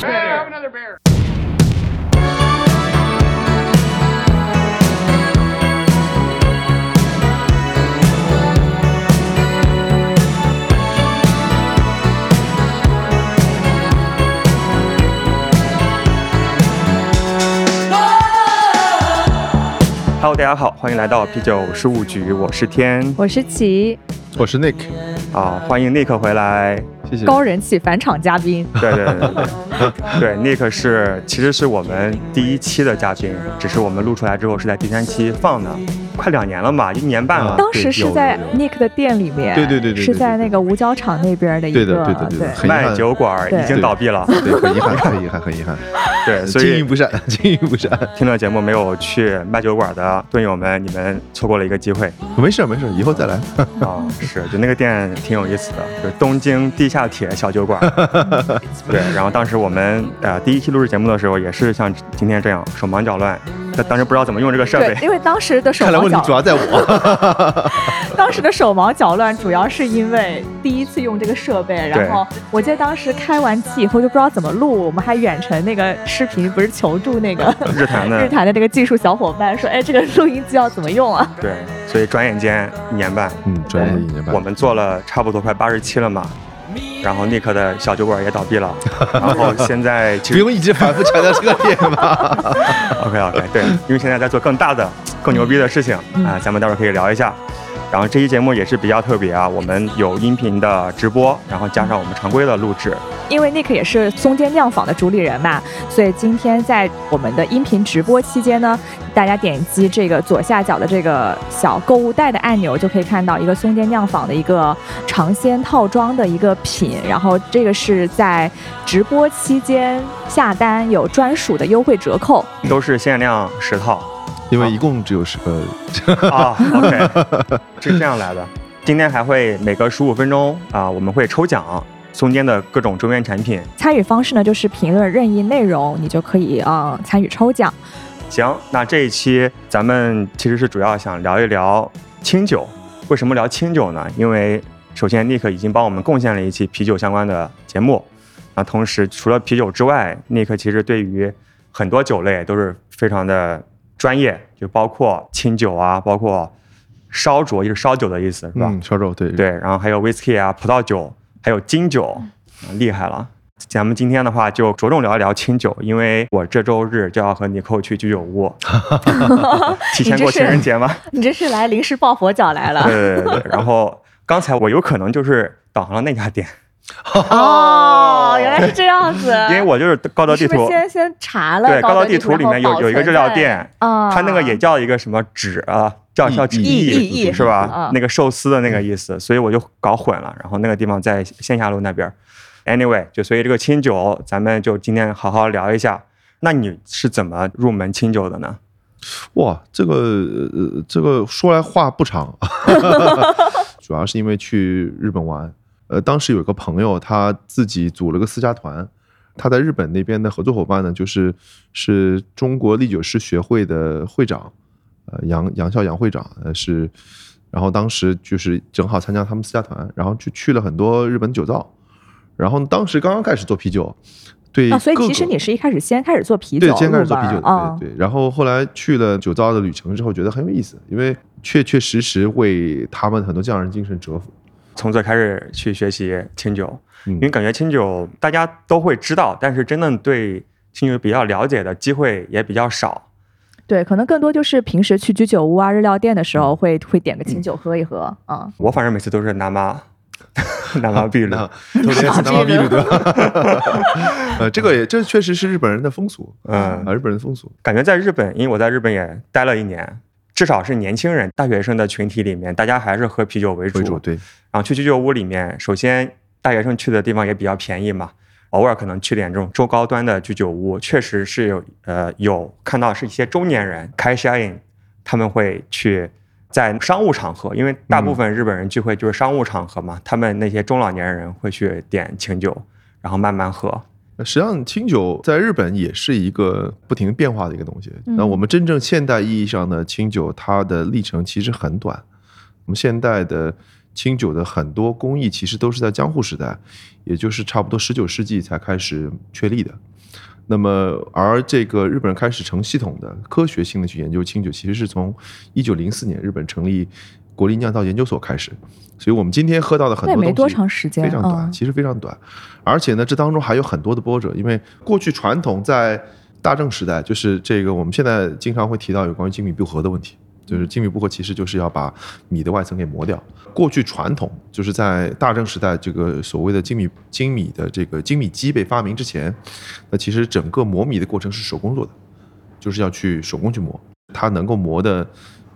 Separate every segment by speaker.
Speaker 1: Brother Bear.
Speaker 2: Hello，大家好，欢迎来到啤酒事务局，我是天
Speaker 3: 我是奇，
Speaker 4: 我是 Nick，
Speaker 2: 啊，欢迎 Nick 回来。
Speaker 4: 谢谢。
Speaker 3: 高人气返场嘉宾，
Speaker 2: 对对对对，对 Nick 是其实是我们第一期的嘉宾，只是我们录出来之后是在第三期放的，快两年了吧，一年半了
Speaker 4: 啊。
Speaker 3: 当时是在
Speaker 4: 有有
Speaker 3: Nick 的店里面，
Speaker 4: 对对对对对
Speaker 3: 是在那个五角场那边的一
Speaker 4: 对
Speaker 3: 个，
Speaker 4: 的对的对的很遗
Speaker 2: 卖
Speaker 4: 憾，
Speaker 2: 酒馆儿
Speaker 3: 对
Speaker 2: 已经倒闭了，
Speaker 4: 对，很遗憾， 很遗憾，很遗憾，
Speaker 2: 对， 所
Speaker 4: 经
Speaker 2: 以
Speaker 4: 营不善，经营不善。
Speaker 2: 听了节目没有去卖酒馆的队友们，你们错过了一个机会
Speaker 4: 没事儿没事儿，以后再来。
Speaker 2: 啊！是，就那个店挺有意思的，就是东京地下铁小酒 馆。对，然后当时我们呃第一期录制节目的时候，也是像今天这样手忙脚乱，但当时不知道怎么用这个设备
Speaker 3: 对，。因为当时的手
Speaker 4: 看来
Speaker 3: 忙
Speaker 4: 问题主
Speaker 3: 脚，
Speaker 4: 要在我。
Speaker 3: 当时的手忙脚乱，主要是因为第一次用这个设备，
Speaker 2: 对
Speaker 3: 然后我记得当时开完机以后就不知道怎么录，我们还远程那个视频，不是求助那个
Speaker 2: 日坛 的
Speaker 3: 日坛的这个技术小伙伴说，哎，这个录音机要怎么用啊？
Speaker 2: 对，所以转眼间一年半，
Speaker 4: 嗯，专业一年半。
Speaker 2: 我们做了差不多快八十期了嘛。然后 Nick 的小酒馆也倒闭了，然后现在其
Speaker 4: 不
Speaker 2: 实
Speaker 4: 用一直反复强调这个点吧。
Speaker 2: OK OK 对，因为现在在做更大的、更牛逼的事情啊，咱们待会儿可以聊一下。然后这期节目也是比较特别啊，我们有音频的直播，然后加上我们常规的录制，
Speaker 3: 因为 Nick 也是松间酿坊的主理人嘛，所以今天在我们的音频直播期间呢，大家点击这个左下角的这个小购物袋的按钮，就可以看到一个松间酿坊的一个尝鲜套装的一个品，然后这个是在直播期间下单有专属的优惠折扣。
Speaker 2: 都是限量十套
Speaker 4: 因为一共只有十呃个，
Speaker 2: 啊。OK，是这样来的。今天还会每隔十五分钟啊，我们会抽奖松间的各种周边产品，
Speaker 3: 参与方式呢，就是评论任意内容，你就可以啊、呃参与抽奖。
Speaker 2: 行，那这一期咱们其实是主要想聊一聊清酒。为什么聊清酒呢？因为首先 Nick 已经帮我们贡献了一期啤酒相关的节目，那同时除了啤酒之外，Nick 其实对于很多酒类都是非常的专业，就包括清酒啊，包括烧灼，就是烧酒的意思，是吧？
Speaker 4: 嗯，烧肉对。
Speaker 2: 对，然后还有 whisky 啊、葡萄酒，还有金酒，
Speaker 3: 嗯
Speaker 2: 啊厉害了。咱们今天的话就着重聊一聊清酒，因为我这周日就要和尼寇去居 酒屋，提前过情人节嘛。
Speaker 3: 你这是来临时抱佛脚来
Speaker 2: 对
Speaker 3: 了
Speaker 2: 对对对。然后刚才我有可能就是导航了那家店，
Speaker 3: 哦，原来是这样 子。
Speaker 2: 因为我就是高德地
Speaker 3: 啊你是
Speaker 2: 图
Speaker 3: 不是，先先查了
Speaker 2: 对高
Speaker 3: 德
Speaker 2: 德地图里面有有一个日料，店，
Speaker 3: 然后保存在啊，
Speaker 2: 它那个也叫一个什么纸啊，叫叫纸
Speaker 4: 意
Speaker 3: 意意意
Speaker 2: 是吧
Speaker 3: 嗯？
Speaker 2: 那个寿司的那个意思，所以我就搞混了。然后那个地方在线下路那边儿。Anyway，就所以这个清酒，咱们就今天好好聊一下。那你是怎么入门清酒的呢？
Speaker 4: 哇，这个呃这个说来话不长， 主要是因为去日本玩，呃，当时有一个朋友他自己组了个私家团，他在日本那边的合作伙伴呢，就是是中国历酒师学会的会长，呃，杨杨笑杨会长，呃是，然后当时就是正好参加他们私家团，然后就去了很多日本酒造，然后当时刚刚开始做啤酒，对各
Speaker 3: 啊，
Speaker 4: 个，
Speaker 3: 所以其实你是一开始先开始做啤酒，
Speaker 4: 对，先开始做啤酒
Speaker 3: 入门啊
Speaker 4: 的，，对对。然后后来去了酒造的旅程之后，觉得很有意思，因为确确实实为他们很多匠人精神折服。
Speaker 2: 从这开始去学习清酒，
Speaker 4: 嗯
Speaker 2: 因为感觉清酒大家都会知道，但是真正对清酒比较了解的机会也比较少。
Speaker 3: 对，可能更多就是平时去居酒屋啊、日料店的时
Speaker 4: 嗯
Speaker 3: 候会会点个清酒喝一喝啊。
Speaker 2: 我反正每次都是拿妈 拿妈碧露，
Speaker 4: 特 别
Speaker 3: 傻
Speaker 4: 是
Speaker 3: 逼
Speaker 4: 他妈逼
Speaker 3: 的
Speaker 4: 鲁德，呃，这个也这确实是日本人的风俗
Speaker 2: 嗯
Speaker 4: 啊，日本人的风俗。
Speaker 2: 感觉在日本，因为我在日本也待了一年，至少是年轻人、大学生的群体里面，大家还是喝啤酒为主。
Speaker 4: 为主对，
Speaker 2: 然后去居酒屋里面，首先大学生去的地方也比较便宜嘛，偶尔可能去点这种中高端的居酒屋，确实是有呃有看到是一些中年人开 s h i n 他们会去在商务场合，因为大部分日本人聚会就是商务场合嘛，他们那些中老年人会去点清酒，然后慢慢喝。
Speaker 4: 那实际上清酒在日本也是一个不停变化的一个东西。
Speaker 3: 嗯
Speaker 4: 那我们真正现代意义上的清酒，它的历程其实很短。我们现代的清酒的很多工艺其实都是在江户时代，也就是差不多十九世纪才开始确立的。那么，而这个日本人开始成系统的、科学性的去研究清酒，其实是从一九零四年日本成立国立酿造研究所开始。所以，我们今天喝到的很
Speaker 3: 那也
Speaker 4: 多
Speaker 3: 没多
Speaker 4: 东西，
Speaker 3: 长时间，
Speaker 4: 非常短，
Speaker 3: 嗯
Speaker 4: 其实非常短。而且呢，这当中还有很多的波折，因为过去传统在大正时代，就是这个我们现在经常会提到有关于精米不和的问题。就是精米不和，其实就是要把米的外层给磨掉。过去传统就是在大正时代，这个所谓的精米精米的这个精米机被发明之前，那其实整个磨米的过程是手工做的，就是要去手工去磨，它能够磨的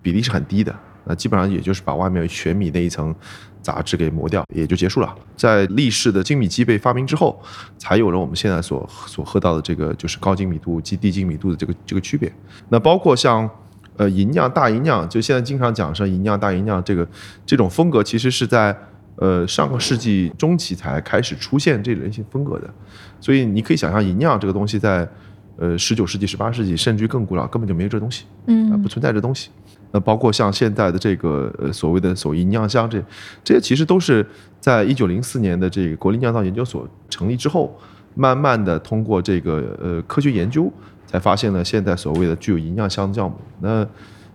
Speaker 4: 比例是很低的。那基本上也就是把外面全米那一层杂质给磨掉，也就结束了。在立式的精米机被发明之后，才有了我们现在所所喝到的这个就是高精米度及低精米度的这个这个区别。那包括像呃银酿、大银酿，就现在经常讲说银酿、大银酿这个这种风格，其实是在呃上个世纪中期才开始出现这类型风格的。所以你可以想象，银酿这个东西在呃十九世纪、十八世纪甚至于更古老，根本就没有这东西。啊，
Speaker 3: 嗯
Speaker 4: 不，存在这东西。那包括像现在的这个呃所谓的手艺酿香这这些，其实都是在一九零四年的这个国立酿造研究所成立之后，慢慢的通过这个呃科学研究，才发现了现在所谓的具有银酿香的酵母。那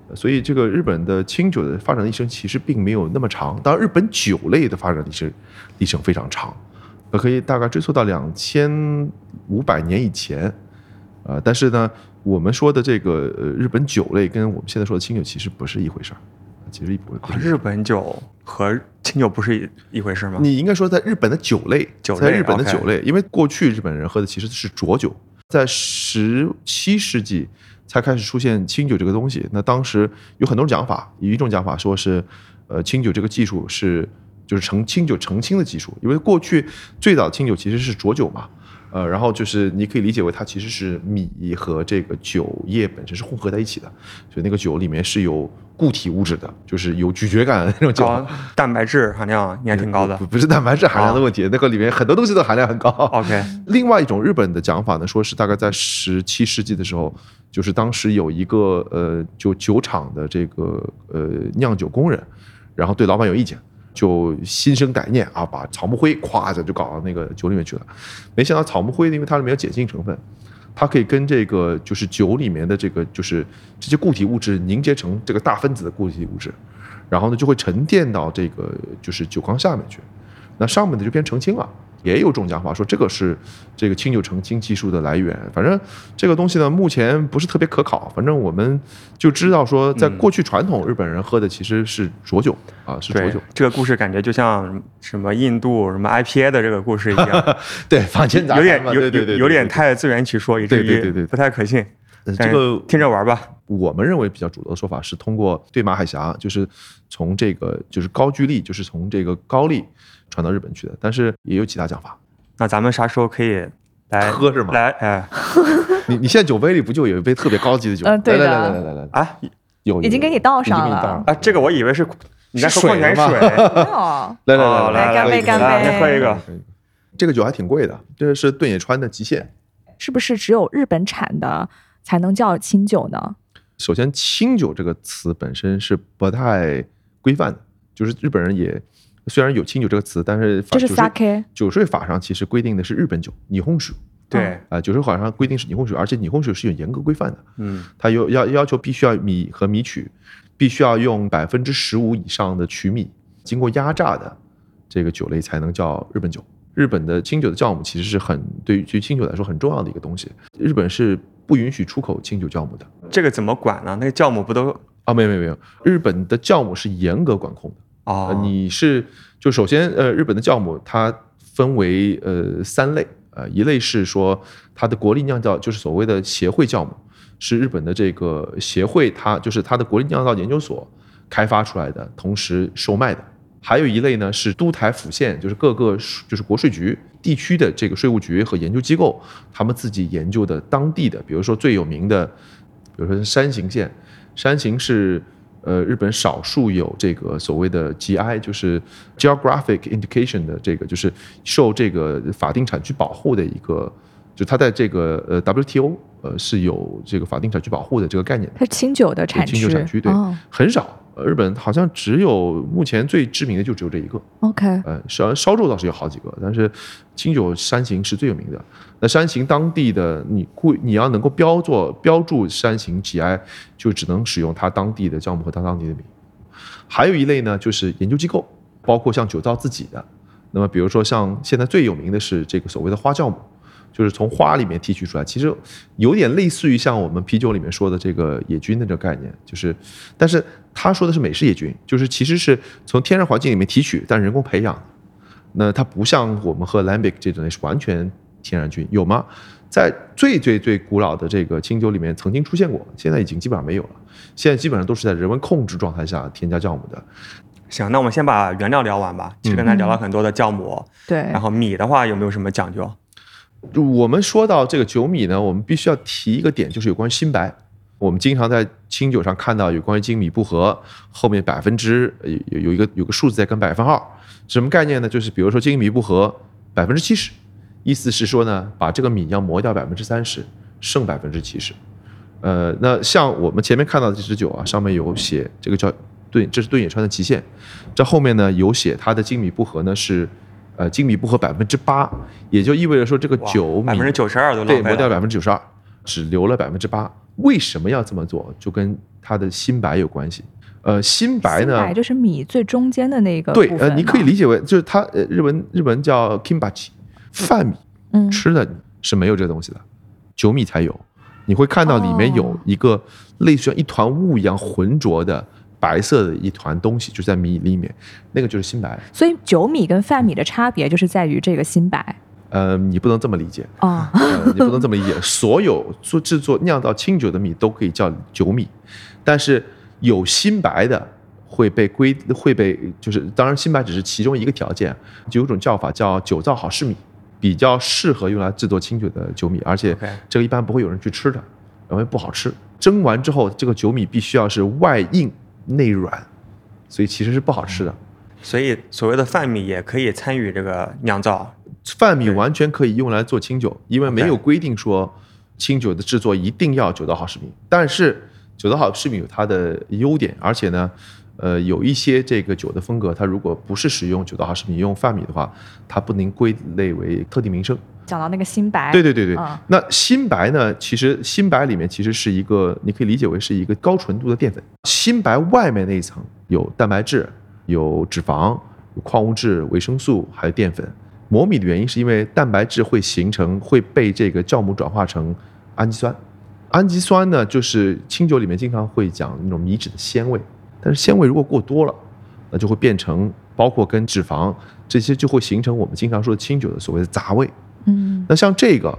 Speaker 4: 呃所以这个日本的清酒的发展历程其实并没有那么长，当然日本酒类的发展历程历程非常长，呃可以大概追溯到两千五百年以前。啊，但是呢，我们说的这个呃日本酒类跟我们现在说的清酒其实不是一回事儿，其实一不
Speaker 2: 啊
Speaker 4: 是。
Speaker 2: 日本酒和清酒不是一一回事吗？
Speaker 4: 你应该说在日本的酒类，
Speaker 2: 酒类
Speaker 4: 在日本的
Speaker 2: OK
Speaker 4: 酒类，因为过去日本人喝的其实是浊酒，在十七世纪才开始出现清酒这个东西。那当时有很多种讲法，有一种讲法说是，呃，清酒这个技术是就是澄清酒澄清的技术，因为过去最早清酒其实是浊酒嘛。呃，然后就是你可以理解为它其实是米和这个酒液本身是混合在一起的，所以那个酒里面是有固体物质的，就是有咀嚼感的那种酒。
Speaker 2: 高蛋白质含量应该挺高的
Speaker 4: 不。不是蛋白质含量的问题，那个里面很多东西都含量很高。
Speaker 2: OK，
Speaker 4: 另外一种日本的讲法呢，说是大概在十七世纪的时候，就是当时有一个呃，就酒厂的这个呃酿酒工人，然后对老板有意见，就心生歹念啊，把草木灰咵一下就搞到那个酒里面去了。没想到草木灰呢，因为它里面有碱性成分，它可以跟这个就是酒里面的这个就是这些固体物质凝结成这个大分子的固体物质，然后呢就会沉淀到这个就是酒缸下面去，那上面的就变澄清了。也有这种讲法说这个是这个清酒澄清技术的来源，反正这个东西呢目前不是特别可考，反正我们就知道说，在过去传统日本人喝的其实是浊酒啊，是浊
Speaker 2: 对
Speaker 4: 酒，，
Speaker 2: 这个故事感觉就像什么印度什么 IPA 的这个故事一样，
Speaker 4: 对，反正
Speaker 2: 有点有
Speaker 4: 对对对，
Speaker 2: 有有点太自圆其说，以至
Speaker 4: 对对对
Speaker 2: 于
Speaker 4: 对
Speaker 2: 不太可信。
Speaker 4: 呃
Speaker 2: 但
Speaker 4: 这
Speaker 2: 是
Speaker 4: 个
Speaker 2: 听着玩吧，
Speaker 4: 我们认为比较主流的说法是通过对马海峡，就是从这个就是高句丽，就是从这个高丽传到日本去的。但是也有其他讲法，
Speaker 2: 那咱们啥时候可以来
Speaker 4: 喝是 吗？
Speaker 2: 来哎
Speaker 4: 你你现在酒杯里不就有一杯特别高级的酒？
Speaker 3: 嗯对的
Speaker 4: 来来来来来来来，
Speaker 2: 啊
Speaker 4: 有
Speaker 3: 已经给你倒上了
Speaker 4: 已经给你倒上
Speaker 2: 啊！这个我以为是你在喝
Speaker 4: 是
Speaker 2: 矿
Speaker 4: 水
Speaker 2: 泉
Speaker 4: 吗
Speaker 2: 水，
Speaker 3: 哦
Speaker 4: 来来
Speaker 2: 哦
Speaker 4: 来
Speaker 2: 来
Speaker 4: 来，
Speaker 2: 干杯
Speaker 4: 来
Speaker 2: 干杯来喝一个。
Speaker 4: 可以这个酒还挺贵的，这是顿野川的极限。
Speaker 3: 是不是只有日本产的才能叫清酒呢？
Speaker 4: 首先，清酒这个词本身是不太规范的，就是日本人也虽然有清酒这个词，但啊是
Speaker 3: 这
Speaker 4: 法
Speaker 3: 是
Speaker 4: 酒税
Speaker 3: sake，
Speaker 4: 酒税法上其实规定的是日本酒，霓虹酒。
Speaker 2: 对，
Speaker 4: 啊，九州法上规定是霓虹水，而且霓虹水是有严格规范的，
Speaker 2: 嗯，
Speaker 4: 它有要要求必须要米和米曲，必须要用百分之十五以上的曲米，经过压榨的这个酒类才能叫日本酒。日本的清酒的酵母其实是很对于对于清酒来说很重要的一个东西，日本是不允许出口清酒酵母的
Speaker 2: 这个怎么管呢？那个酵母不都
Speaker 4: 啊，没有没有没有，日本的酵母是严格管控的。呃
Speaker 2: 哦，
Speaker 4: 你是就首先呃，日本的酵母它分为呃三类，呃，一类是说它的国力酿造，就是所谓的协会酵母，是日本的这个协会它就是它的国力酿造研究所开发出来的，同时售卖的。还有一类呢是都台府县，就是各个税就是国税局地区的这个税务局和研究机构，他们自己研究的当地的，比如说最有名的，比如说是山形县，山形是呃日本少数有这个所谓的 GI，就是 Geographic Indication 的这个，就是受这个法定产区保护的一个，就它在这个呃 WTO 呃是有这个法定产区保护的这个概念的。
Speaker 3: 它是清酒的产
Speaker 4: 对清
Speaker 3: 区，
Speaker 4: 酒产区对
Speaker 3: 哦
Speaker 4: 很少，呃日本好像只有目前最知名的就只有这一个，
Speaker 3: OK，
Speaker 4: 呃，烧烧肉倒是有好几个，但是清酒山形是最有名的。那山形当地的你故你要能够标做标注山形 GI，就只能使用它当地的酵母和它当地的米。还有一类呢，就是研究机构，包括像酒造自己的。那么比如说像现在最有名的是这个所谓的花酵母，就是从花里面提取出来，其实有点类似于像我们啤酒里面说的这个野菌的这个概念，就是，但是他说的是美式野菌，就是其实是从天然环境里面提取，但人工培养。那它不像我们喝 lambic 这种是完全天然菌，有吗？在最最最古老的这个清酒里面曾经出现过，现在已经基本上没有了。现在基本上都是在人为控制状态下添加酵母的。
Speaker 2: 行，那我们先把原料聊完吧。其实刚才聊了很多的酵母，
Speaker 3: 对
Speaker 2: 然，后米的话有没有什么讲究？
Speaker 4: 我们说到这个酒米呢，我们必须要提一个点，就是有关于新白。我们经常在清酒上看到有关于精米不和，后面百分之有有有一个有个数字在跟百分号，什么概念呢？就是比如说精米不和百分之七十，意思是说呢，把这个米要磨掉百分之三十，剩百分之七十。呃，那像我们前面看到的这支酒啊，上面有写这个叫对，这是对野川的极限，这后面呢有写它的精米不和呢是，呃，精米不和百分之八，也就意味着说这个
Speaker 2: 哇
Speaker 4: 酒米
Speaker 2: 百分之九十二都
Speaker 4: 对，
Speaker 2: 浪
Speaker 4: 磨
Speaker 2: 费
Speaker 4: 掉
Speaker 2: 了。
Speaker 4: 百分之九十二，只留了百分之八。为什么要这么做？就跟它的新白有关系。呃，新白呢？
Speaker 3: 就是米最中间的那个
Speaker 4: 对
Speaker 3: 部，分
Speaker 4: 呃，
Speaker 3: 嘛
Speaker 4: 你可以理解为就是它，呃，日文日文叫 kimbachi，饭米
Speaker 3: 嗯
Speaker 4: 吃的是没有这个东西的，酒米才有。你会看到里面有
Speaker 3: 哦
Speaker 4: 一个类似像一团雾一样浑浊的白色的一团东西，就在米里面，那个就是新白。
Speaker 3: 所以酒米跟饭米的差别就是在于这个新白
Speaker 4: 呃，你不能这么理解，
Speaker 3: 哦，
Speaker 4: 呃，你不能这么理解。 所有做制作酿造清酒的米都可以叫酒米，但是有新白的会被归会被就是，当然新白只是其中一个条件，就有一种叫法叫酒造好事米，比较适合用来制作清酒的酒米，而且
Speaker 2: OK
Speaker 4: 这个一般不会有人去吃的，因为不好吃。蒸完之后，这个酒米必须要是外硬内软，所以其实是不好吃的。
Speaker 2: 所以所谓的饭米也可以参与这个酿造。
Speaker 4: 饭米
Speaker 2: 对
Speaker 4: 完全可以用来做清酒，因为没有
Speaker 2: OK
Speaker 4: 规定说清酒的制作一定要酒糟好市米。但是酒糟好市米有它的优点，而且呢，呃，有一些这个酒的风格，它如果不是使用酒糟好市米，用饭米的话，它不能归类为特定名称。
Speaker 3: 讲到那个新白，
Speaker 4: 对对对对。
Speaker 3: 嗯
Speaker 4: 那新白呢？其实新白里面其实是一个，你可以理解为是一个高纯度的淀粉。新白外面那一层有蛋白质、有脂肪、有矿物质、维生素，还有淀粉。磨米的原因是因为蛋白质会形成，会被这个酵母转化成氨基酸。氨基酸呢，就是清酒里面经常会讲那种米脂的鲜味，但是鲜味如果过多了，那就会变成包括跟脂肪这些就会形成我们经常说的清酒的所谓的杂味。
Speaker 3: 嗯，
Speaker 4: 那像这个，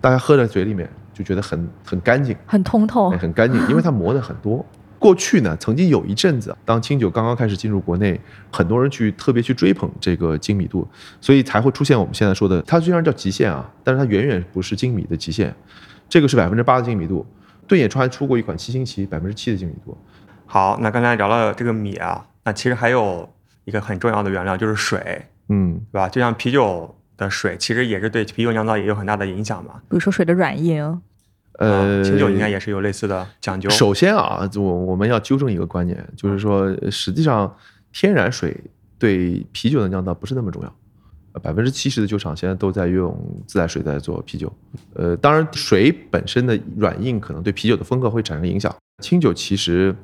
Speaker 4: 大家喝在嘴里面就觉得很很干净，
Speaker 3: 很通透
Speaker 4: 哎，很干净，因为它磨的很多。过去呢，曾经有一阵子，当清酒刚刚开始进入国内，很多人去特别去追捧这个精米度，所以才会出现我们现在说的，它虽然叫极限啊，但是它远远不是精米的极限。这个是百分之八的精米度，对野川还出过一款七星旗百分之七的精米度，
Speaker 2: 好，那刚才聊了这个米啊，那其实还有一个很重要的原料就是水，
Speaker 4: 嗯，
Speaker 2: 对吧？就像啤酒的水，其实也是对啤酒酿造也有很大的影响嘛。
Speaker 3: 比如说水的软硬，
Speaker 2: 啊
Speaker 4: 呃，
Speaker 2: 清酒应该也是有类似的讲究。
Speaker 4: 首先啊，我我们要纠正一个观念，就是说，呃实际上天然水对啤酒的酿造不是那么重要。百分之七十的酒厂现在都在用自来水在做啤酒，呃，当然水本身的软硬可能对啤酒的风格会产生影响。清酒其实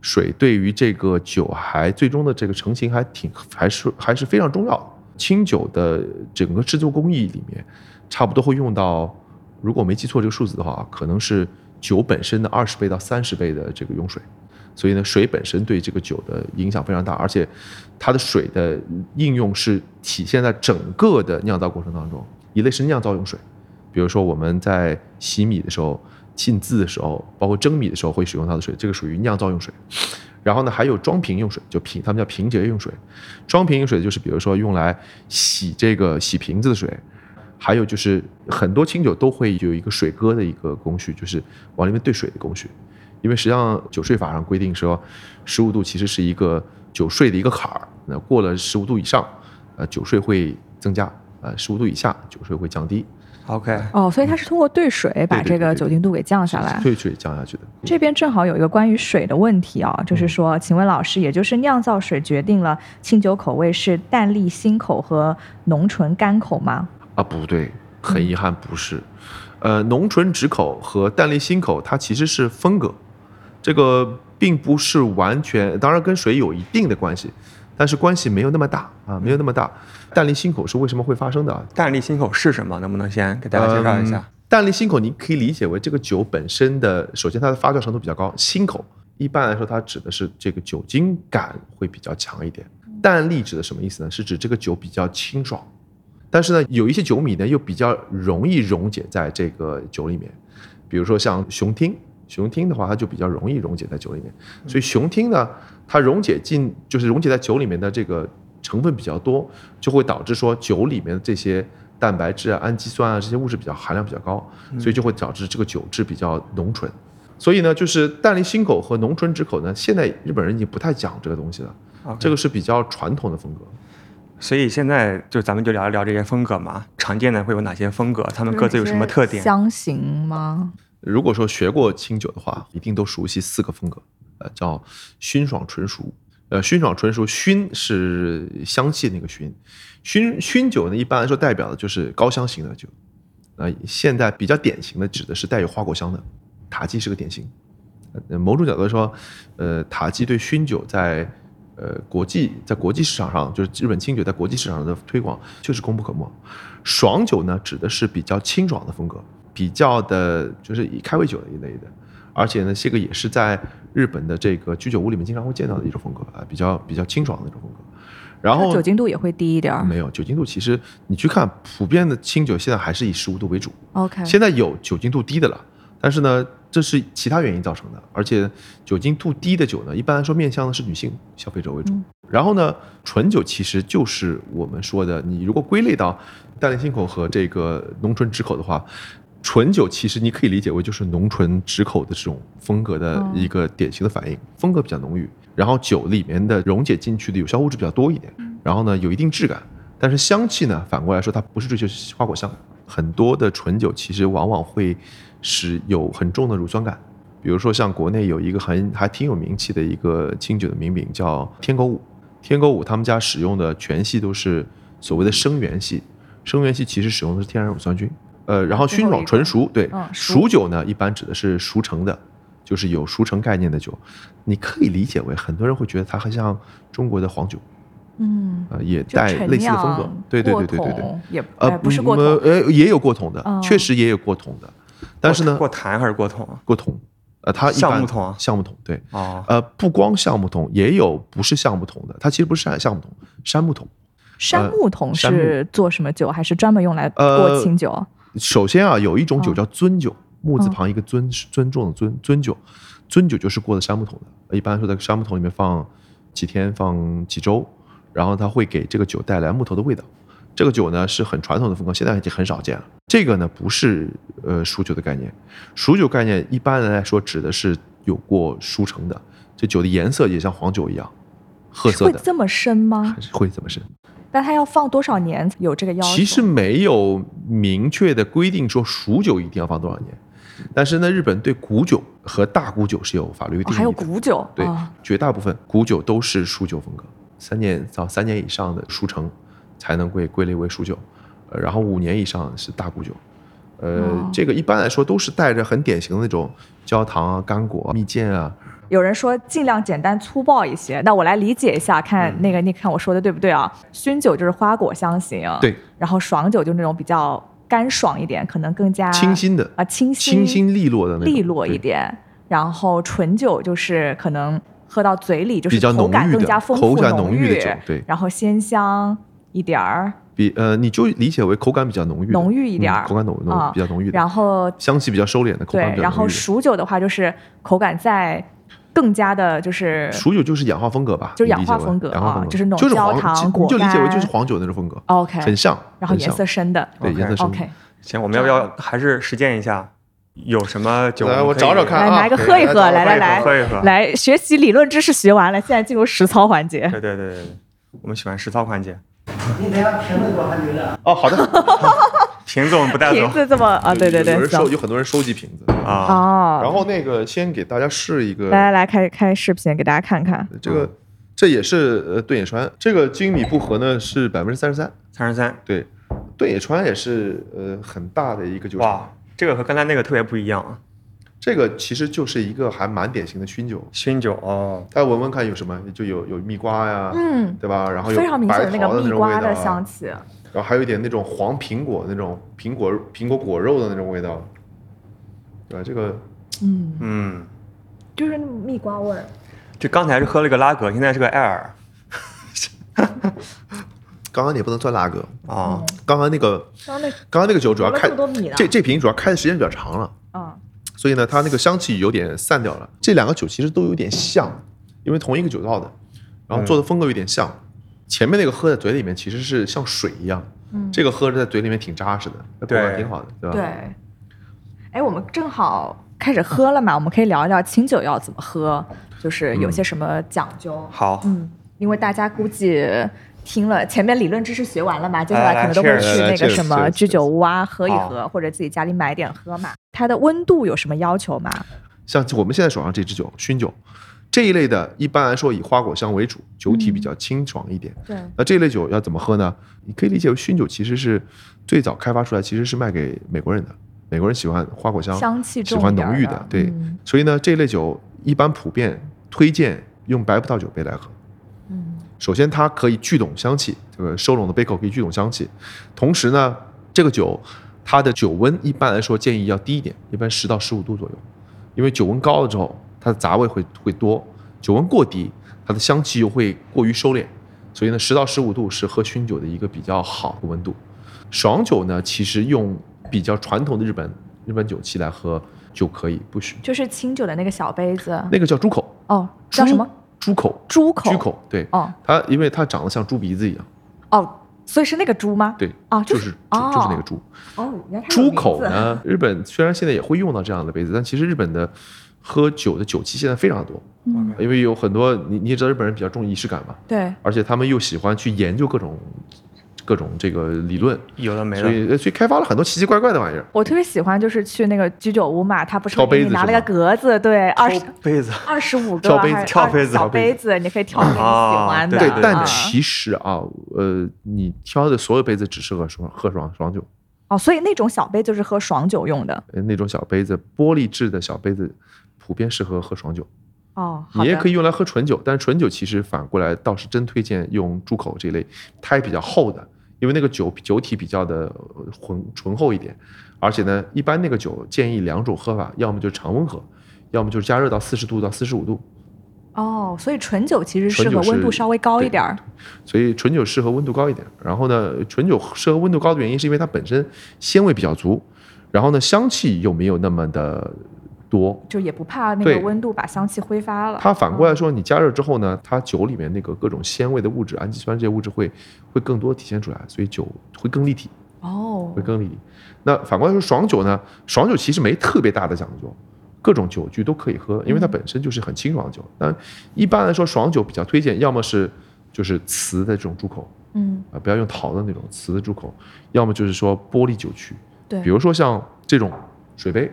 Speaker 4: 水对于这个酒还最终的这个成型还挺还是还是非常重要的。清酒的整个制作工艺里面，差不多会用到，如果我没记错这个数字的话，可能是酒本身的二十倍到三十倍的这个用水。所以呢，水本身对这个酒的影响非常大，而且它的水的应用是体现在整个的酿造过程当中。一类是酿造用水，比如说我们在洗米的时候、浸渍的时候，包括蒸米的时候会使用它的水，这个属于酿造用水。然后呢，还有装瓶用水，就瓶，他们叫瓶洁用水。装瓶用水就是比如说用来洗这个洗瓶子的水，还有就是很多清酒都会有一个水割的一个工序，就是往里面兑水的工序。因为实际上酒税法上规定说，十五度其实是一个酒税的一个坎儿，那过了十五度以上，呃，酒税会增加；呃，十五度以下，酒税会降低。
Speaker 2: OK，
Speaker 3: 哦，所以它是通过兑水把
Speaker 4: 对对
Speaker 3: 这个
Speaker 4: 对对
Speaker 3: 酒精度给降下来。
Speaker 4: 萃取降下去的。
Speaker 3: 这边正好有一个关于水的问题
Speaker 4: 嗯
Speaker 3: 啊，就是说，请问老师，也就是酿造水决定了清酒口味是淡丽辛口和浓醇干口吗？
Speaker 4: 啊，不对，很遗憾不是。呃，浓醇直口和淡丽辛口它其实是风格，这个并不是完全，当然跟水有一定的关系，但是关系没有那么大啊，没有那么大。淡丽辛口是为什么会发生的啊？
Speaker 2: 淡丽辛口是什么？能不能先给大家介绍一
Speaker 4: 嗯
Speaker 2: 下？
Speaker 4: 淡丽辛口你可以理解为这个酒本身的，首先它的发酵程度比较高，辛口一般来说它指的是这个酒精感会比较强一点。淡丽指的什么意思呢？是指这个酒比较清爽，但是呢，有一些酒米呢又比较容易溶解在这个酒里面，比如说像雄听，雄听的话它就比较容易溶解在酒里面，所以雄听呢，它溶解进就是溶解在酒里面的这个成分比较多，就会导致说酒里面的这些蛋白质啊、氨基酸啊这些物质比较含量比较高，所以就会导致这个酒质比较浓醇。所以呢，就是淡丽辛口和浓醇直口呢，现在日本人已经不太讲这个东西了，
Speaker 2: OK
Speaker 4: 这个是比较传统的风格。
Speaker 2: 所以现在就咱们就聊一聊这些风格嘛，常见的会有哪些风格？它们各自有什么特点？
Speaker 3: 香型吗？
Speaker 4: 如果说学过清酒的话，一定都熟悉四个风格，呃，叫熏爽纯熟。呃，熏爽纯熟，熏是香气那个熏，熏熏酒呢，一般来说代表的就是高香型的酒。呃，现在比较典型的指的是带有花果香的，塔基是个典型。呃，某种角度来说，呃，塔基对熏酒在呃国际在国际市场上，就是日本清酒在国际市场上的推广确实功不可没。爽酒呢，指的是比较清爽的风格，比较的就是以开胃酒一类的，而且呢，这个也是在日本的这个居酒屋里面经常会见到的一种风格啊，比较比较清爽的那种风格。然后嗯
Speaker 3: 它酒精度也会低一点儿。
Speaker 4: 没有酒精度，其实你去看普遍的清酒，现在还是以十五度为主。
Speaker 3: OK，
Speaker 4: 现在有酒精度低的了，但是呢，这是其他原因造成的。而且酒精度低的酒呢，一般来说面向的是女性消费者为主。然后呢，纯酒其实就是我们说的，你如果归类到淡丽辛口和这个浓醇直口的话。纯酒其实你可以理解为就是浓醇直口的这种风格的一个典型的反应，风格比较浓郁，然后酒里面的溶解进去的有效物质比较多一点，然后呢有一定质感，但是香气呢，反过来说，它不是追求花果香。很多的纯酒其实往往会使有很重的乳酸感，比如说像国内有一个很还挺有名气的一个清酒的名饼叫天狗舞，天狗舞他们家使用的全系都是所谓的生源系，生源系其实使用的是天然乳酸菌。呃，然后
Speaker 3: 最后
Speaker 4: 熏
Speaker 3: 一
Speaker 4: 爽
Speaker 3: 个
Speaker 4: 纯熟，对，
Speaker 3: 嗯熟
Speaker 4: 熟酒呢一般指的是熟成的，就是有熟成概念的酒，你可以理解为很多人会觉得它很像中国的黄酒，
Speaker 3: 嗯，
Speaker 4: 呃，也
Speaker 3: 就
Speaker 4: 带
Speaker 3: 陈
Speaker 4: 类似的风格
Speaker 3: 酿，
Speaker 4: 对对
Speaker 3: 过
Speaker 4: 对对对对。
Speaker 3: 桶也
Speaker 4: 呃
Speaker 3: 哎，不是过
Speaker 4: 嗯
Speaker 3: 桶，
Speaker 4: 呃，也有过桶的，
Speaker 3: 哦
Speaker 4: 确实也有过桶的，但是呢，
Speaker 2: 过坛还是过桶？
Speaker 4: 过桶，呃，它一般
Speaker 2: 橡木桶啊
Speaker 4: 橡木桶，对，
Speaker 2: 哦，
Speaker 4: 呃，不光橡木桶，也有不是橡木桶的，它其实不是橡橡木桶，杉木桶。
Speaker 3: 杉木桶
Speaker 4: 呃杉木
Speaker 3: 是做什么酒？还是专门用来过
Speaker 4: 呃
Speaker 3: 清酒？
Speaker 4: 首先啊，有一种酒叫尊酒，木字
Speaker 3: 嗯
Speaker 4: 旁一个尊，是尊重的尊，尊酒，尊酒就是过的杉木桶的。一般说在杉木桶里面放几天，放几周，然后它会给这个酒带来木头的味道。这个酒呢是很传统的风格，现在已经很少见了。这个呢不是呃熟酒的概念，熟酒概念一般来说指的是有过熟成的，这酒的颜色也像黄酒一样，褐色
Speaker 3: 会
Speaker 4: 的，
Speaker 3: 这么深吗
Speaker 4: 还？是会这么深。但
Speaker 3: 但它要放多少年有这个要求？
Speaker 4: 其实没有明确的规定说熟酒一定要放多少年，但是呢，日本对古酒和大古酒是有法律定义
Speaker 3: 哦
Speaker 4: 的。
Speaker 3: 还有古酒，
Speaker 4: 对
Speaker 3: 哦，
Speaker 4: 绝大部分古酒都是熟酒风格，三年到三年以上的熟成才能归归类为熟酒，呃，然后五年以上是大古酒。呃，
Speaker 3: 哦
Speaker 4: 这个一般来说都是带着很典型的那种焦糖啊、干果啊、蜜饯啊，
Speaker 3: 有人说尽量简单粗暴一些，那我来理解一下，看
Speaker 4: 嗯
Speaker 3: 那个你看我说的对不对啊？熏酒就是花果香型，
Speaker 4: 对，
Speaker 3: 然后爽酒就是那种比较干爽一点，可能更加
Speaker 4: 清新的、
Speaker 3: 啊清新
Speaker 4: 清新利落的那种，
Speaker 3: 利落一
Speaker 4: 对
Speaker 3: 点，然后醇酒就是可能喝到嘴里就是
Speaker 4: 比较
Speaker 3: 口
Speaker 4: 浓
Speaker 3: 感
Speaker 4: 郁
Speaker 3: 更
Speaker 4: 的
Speaker 3: 加丰
Speaker 4: 口
Speaker 3: 富
Speaker 4: 感
Speaker 3: 浓
Speaker 4: 浓郁的酒对
Speaker 3: 然后鲜香一点儿，
Speaker 4: 比呃，你就理解为口感比较浓郁的，
Speaker 3: 浓郁一点儿
Speaker 4: 嗯口感浓浓、
Speaker 3: 啊
Speaker 4: 比较浓郁的，
Speaker 3: 然后
Speaker 4: 香气比较收敛的，口感
Speaker 3: 对，
Speaker 4: 比较
Speaker 3: 然后
Speaker 4: 浓郁的。
Speaker 3: 熟酒的话就是口感再更加的就是
Speaker 4: 熟酒就是氧化风格吧，
Speaker 3: 就是
Speaker 4: 你
Speaker 3: 氧
Speaker 4: 理
Speaker 3: 化
Speaker 4: 解为
Speaker 3: 风格
Speaker 4: 氧化
Speaker 3: 啊
Speaker 4: 风格
Speaker 3: 就是那种
Speaker 4: 就是
Speaker 3: 焦
Speaker 4: 黄
Speaker 3: 糖
Speaker 4: 其
Speaker 3: 果
Speaker 4: 你就理解为
Speaker 3: 干
Speaker 4: 就是黄酒那种风格，
Speaker 3: OK，
Speaker 4: 很像，
Speaker 3: 然后
Speaker 4: 很
Speaker 3: 颜
Speaker 4: 像
Speaker 3: 色深的
Speaker 4: 对
Speaker 2: OK
Speaker 4: 颜色深。
Speaker 3: OK。
Speaker 2: 行，我们要不要还是实践一下？有什么酒？
Speaker 4: 来，
Speaker 2: 们
Speaker 4: 我
Speaker 2: 可以
Speaker 4: 找找看啊，
Speaker 3: 来拿一个喝一喝
Speaker 4: 找找
Speaker 3: 来
Speaker 4: 看
Speaker 3: 来
Speaker 4: 一
Speaker 2: 喝一喝。
Speaker 3: 来，学习理论知识学完了，现在进入实操环节。
Speaker 2: 对对对对对，我们喜欢实操环节。
Speaker 1: 你等下评论多还留了。啊
Speaker 4: 哦，好的，
Speaker 2: 瓶子我们不带
Speaker 3: 瓶
Speaker 2: 走
Speaker 3: 子这么 啊，对对对
Speaker 4: 有，人
Speaker 3: 走
Speaker 4: 收有很多人收集瓶子。
Speaker 2: 啊。
Speaker 3: 哦，
Speaker 4: 然后那个先给大家试一个，
Speaker 3: 来来来，开开视频给大家看看，
Speaker 4: 这个这也是呃对野川，这个金米不合呢是百分之三十三，
Speaker 2: 三十三，
Speaker 4: 对，对野川也是呃很大的一个酒
Speaker 2: 哇
Speaker 4: 厂，，
Speaker 2: 这个和刚才那个特别不一样啊，
Speaker 4: 这个其实就是一个还蛮典型的熏酒，
Speaker 2: 熏酒哦，
Speaker 4: 大家闻闻看有什么，就有有蜜瓜呀，
Speaker 3: 嗯，
Speaker 4: 对吧？然后有
Speaker 3: 非常明显
Speaker 4: 白
Speaker 3: 的
Speaker 4: 桃
Speaker 3: 那个
Speaker 4: 的
Speaker 3: 蜜
Speaker 4: 种味
Speaker 3: 瓜
Speaker 4: 道
Speaker 3: 的
Speaker 4: 啊
Speaker 3: 香气，
Speaker 4: 然后还有一点那种黄苹果那种苹果苹果果肉的那种味道，对吧？这个
Speaker 3: 嗯，
Speaker 2: 嗯，
Speaker 3: 就是那种蜜瓜味儿，
Speaker 2: 这刚才是喝了个拉格，现在是个艾尔
Speaker 4: 刚刚也不能算拉格，
Speaker 2: 啊，
Speaker 4: 刚刚那个
Speaker 3: 然后那
Speaker 4: 刚刚那个酒主要
Speaker 3: 了
Speaker 4: 开
Speaker 3: 这么多米呢
Speaker 4: 这这瓶主要开的时间比较长了，
Speaker 3: 嗯
Speaker 4: 所以呢，它那个香气有点散掉了。这两个酒其实都有点像，因为同一个酒造的，然后做的风格有点像。前面那个喝在嘴里面其实是像水一样，
Speaker 3: 嗯，
Speaker 4: 这个喝着在嘴里面挺扎实的，那口感
Speaker 2: 对
Speaker 4: 挺好的，对吧？
Speaker 3: 对，哎，我们正好开始喝了嘛，我们可以聊一聊清酒要怎么喝，就是
Speaker 4: 嗯
Speaker 3: 有些什么讲究。
Speaker 2: 好，
Speaker 3: 嗯，因为大家估计听了前面理论知识学完了嘛，接下
Speaker 4: 哎
Speaker 3: 来可能都会
Speaker 2: 来来
Speaker 3: 去
Speaker 4: 来
Speaker 3: 那
Speaker 4: 来
Speaker 3: 个
Speaker 4: ，cheers，
Speaker 3: 什么
Speaker 4: cheers，
Speaker 3: 居酒屋啊喝一
Speaker 2: 好
Speaker 3: 喝，或者自己家里买点喝嘛。它的温度有什么要求吗？
Speaker 4: 像我们现在手上这支酒，熏酒这一类的，一般来说以花果香为主，酒体比
Speaker 3: 嗯
Speaker 4: 较清爽一点。
Speaker 3: 对，
Speaker 4: 那这类酒要怎么喝呢？你可以理解为熏酒其实是最早开发出来，其实是卖给美国人的。美国人喜欢花果香，
Speaker 3: 香气
Speaker 4: 喜
Speaker 3: 重
Speaker 4: 欢
Speaker 3: 一点
Speaker 4: 浓郁
Speaker 3: 的
Speaker 4: 的，对。
Speaker 3: 嗯
Speaker 4: 所以呢，这类酒一般普遍推荐用白葡萄酒杯来喝。
Speaker 3: 嗯
Speaker 4: 首先，它可以聚拢香气，这个收拢的杯口可以聚拢香气。同时呢，这个酒它的酒温一般来说建议要低一点，一般十到十五度左右，因为酒温高了之后，它的杂味会会多；酒温过低，它的香气又会过于收敛。所以呢，十到十五度是喝熏酒的一个比较好的温度。爽酒呢，其实用比较传统的日本日本酒器来喝就可以，不许
Speaker 3: 就是清酒的那个小杯子，
Speaker 4: 那个叫猪口，
Speaker 3: 哦，叫什么？
Speaker 4: 猪口，
Speaker 3: 猪口？
Speaker 4: 猪口，对，
Speaker 3: 哦
Speaker 4: 它因为它长得像猪鼻子一样，
Speaker 3: 哦，所以是那个猪吗？
Speaker 4: 对，
Speaker 3: 啊就
Speaker 4: 就是是
Speaker 3: 哦
Speaker 4: 就就是那个猪。
Speaker 3: 哦，原来它有
Speaker 4: 猪
Speaker 3: 名
Speaker 4: 口
Speaker 3: 字？
Speaker 4: 呢，日本虽然现在也会用到这样的杯子，但其实日本的喝酒的酒器现在非常多，
Speaker 3: 嗯
Speaker 4: 因为有很多你你也知道日本人比较重仪式感嘛，
Speaker 3: 对，
Speaker 4: 而且他们又喜欢去研究各种各种这个理论，
Speaker 2: 有了没
Speaker 4: 所
Speaker 2: 了，
Speaker 4: 以所以开发了很多奇奇怪怪的玩意儿。
Speaker 3: 我特别喜欢，就是去那个居酒屋嘛，他不是
Speaker 4: 挑
Speaker 3: 会给
Speaker 4: 杯
Speaker 3: 你
Speaker 4: 子
Speaker 3: 拿
Speaker 4: 是
Speaker 3: 了个
Speaker 4: 吗
Speaker 3: 格子，对，二十
Speaker 2: 抽杯子，
Speaker 3: 二十五个
Speaker 4: 挑杯子
Speaker 3: 还是
Speaker 2: 挑杯子
Speaker 3: 小
Speaker 2: 挑杯
Speaker 3: 杯子，你可以挑你喜
Speaker 2: 啊
Speaker 3: 欢的。
Speaker 2: 对
Speaker 4: 对
Speaker 2: 对，
Speaker 4: 但
Speaker 3: 嗯
Speaker 4: 其实啊，呃，你挑的所有杯子只适合爽喝爽爽酒，
Speaker 3: 哦，所以那种小杯就是喝爽酒用的。
Speaker 4: 呃那种小杯子，玻璃制的小杯子，普遍适合喝爽酒。
Speaker 3: 哦，好
Speaker 4: 你
Speaker 3: 的
Speaker 4: 也可以用来喝纯酒，但是纯酒其实反过来倒是真推荐用猪口这类胎比较厚的，因为那个酒酒体比较的呃浑醇厚一点，而且呢，一般那个酒建议两种喝法，要么就是常温喝，要么就是加热到四十度到四十五度，
Speaker 3: 哦，所以纯酒其实适
Speaker 4: 纯
Speaker 3: 合
Speaker 4: 酒
Speaker 3: 温度
Speaker 4: 是
Speaker 3: 稍微高一
Speaker 4: 对
Speaker 3: 点儿。
Speaker 4: 所以纯酒适合温度高一点。然后呢，纯酒适合温度高的原因是因为它本身鲜味比较足，然后呢香气又没有那么的多，
Speaker 3: 就也不怕那
Speaker 4: 对
Speaker 3: 个温度把香气挥发了。
Speaker 4: 它反过来说，你加热之后呢，它酒里面那个各种鲜味的物质、氨基酸这些物质会会更多体现出来，所以酒会更立体，
Speaker 3: 哦
Speaker 4: 会，更立体。那反过来说，爽酒呢，爽酒其实没特别大的讲究，各种酒具都可以喝，因为它
Speaker 3: 嗯
Speaker 4: 本身就是很清爽的酒。但一般来说，爽酒比较推荐，要么是就是瓷的这种猪口
Speaker 3: 嗯，
Speaker 4: 啊、不要用陶的那种瓷的猪口，要么就是说玻璃酒曲，
Speaker 3: 对
Speaker 4: 比，如说像这种水杯，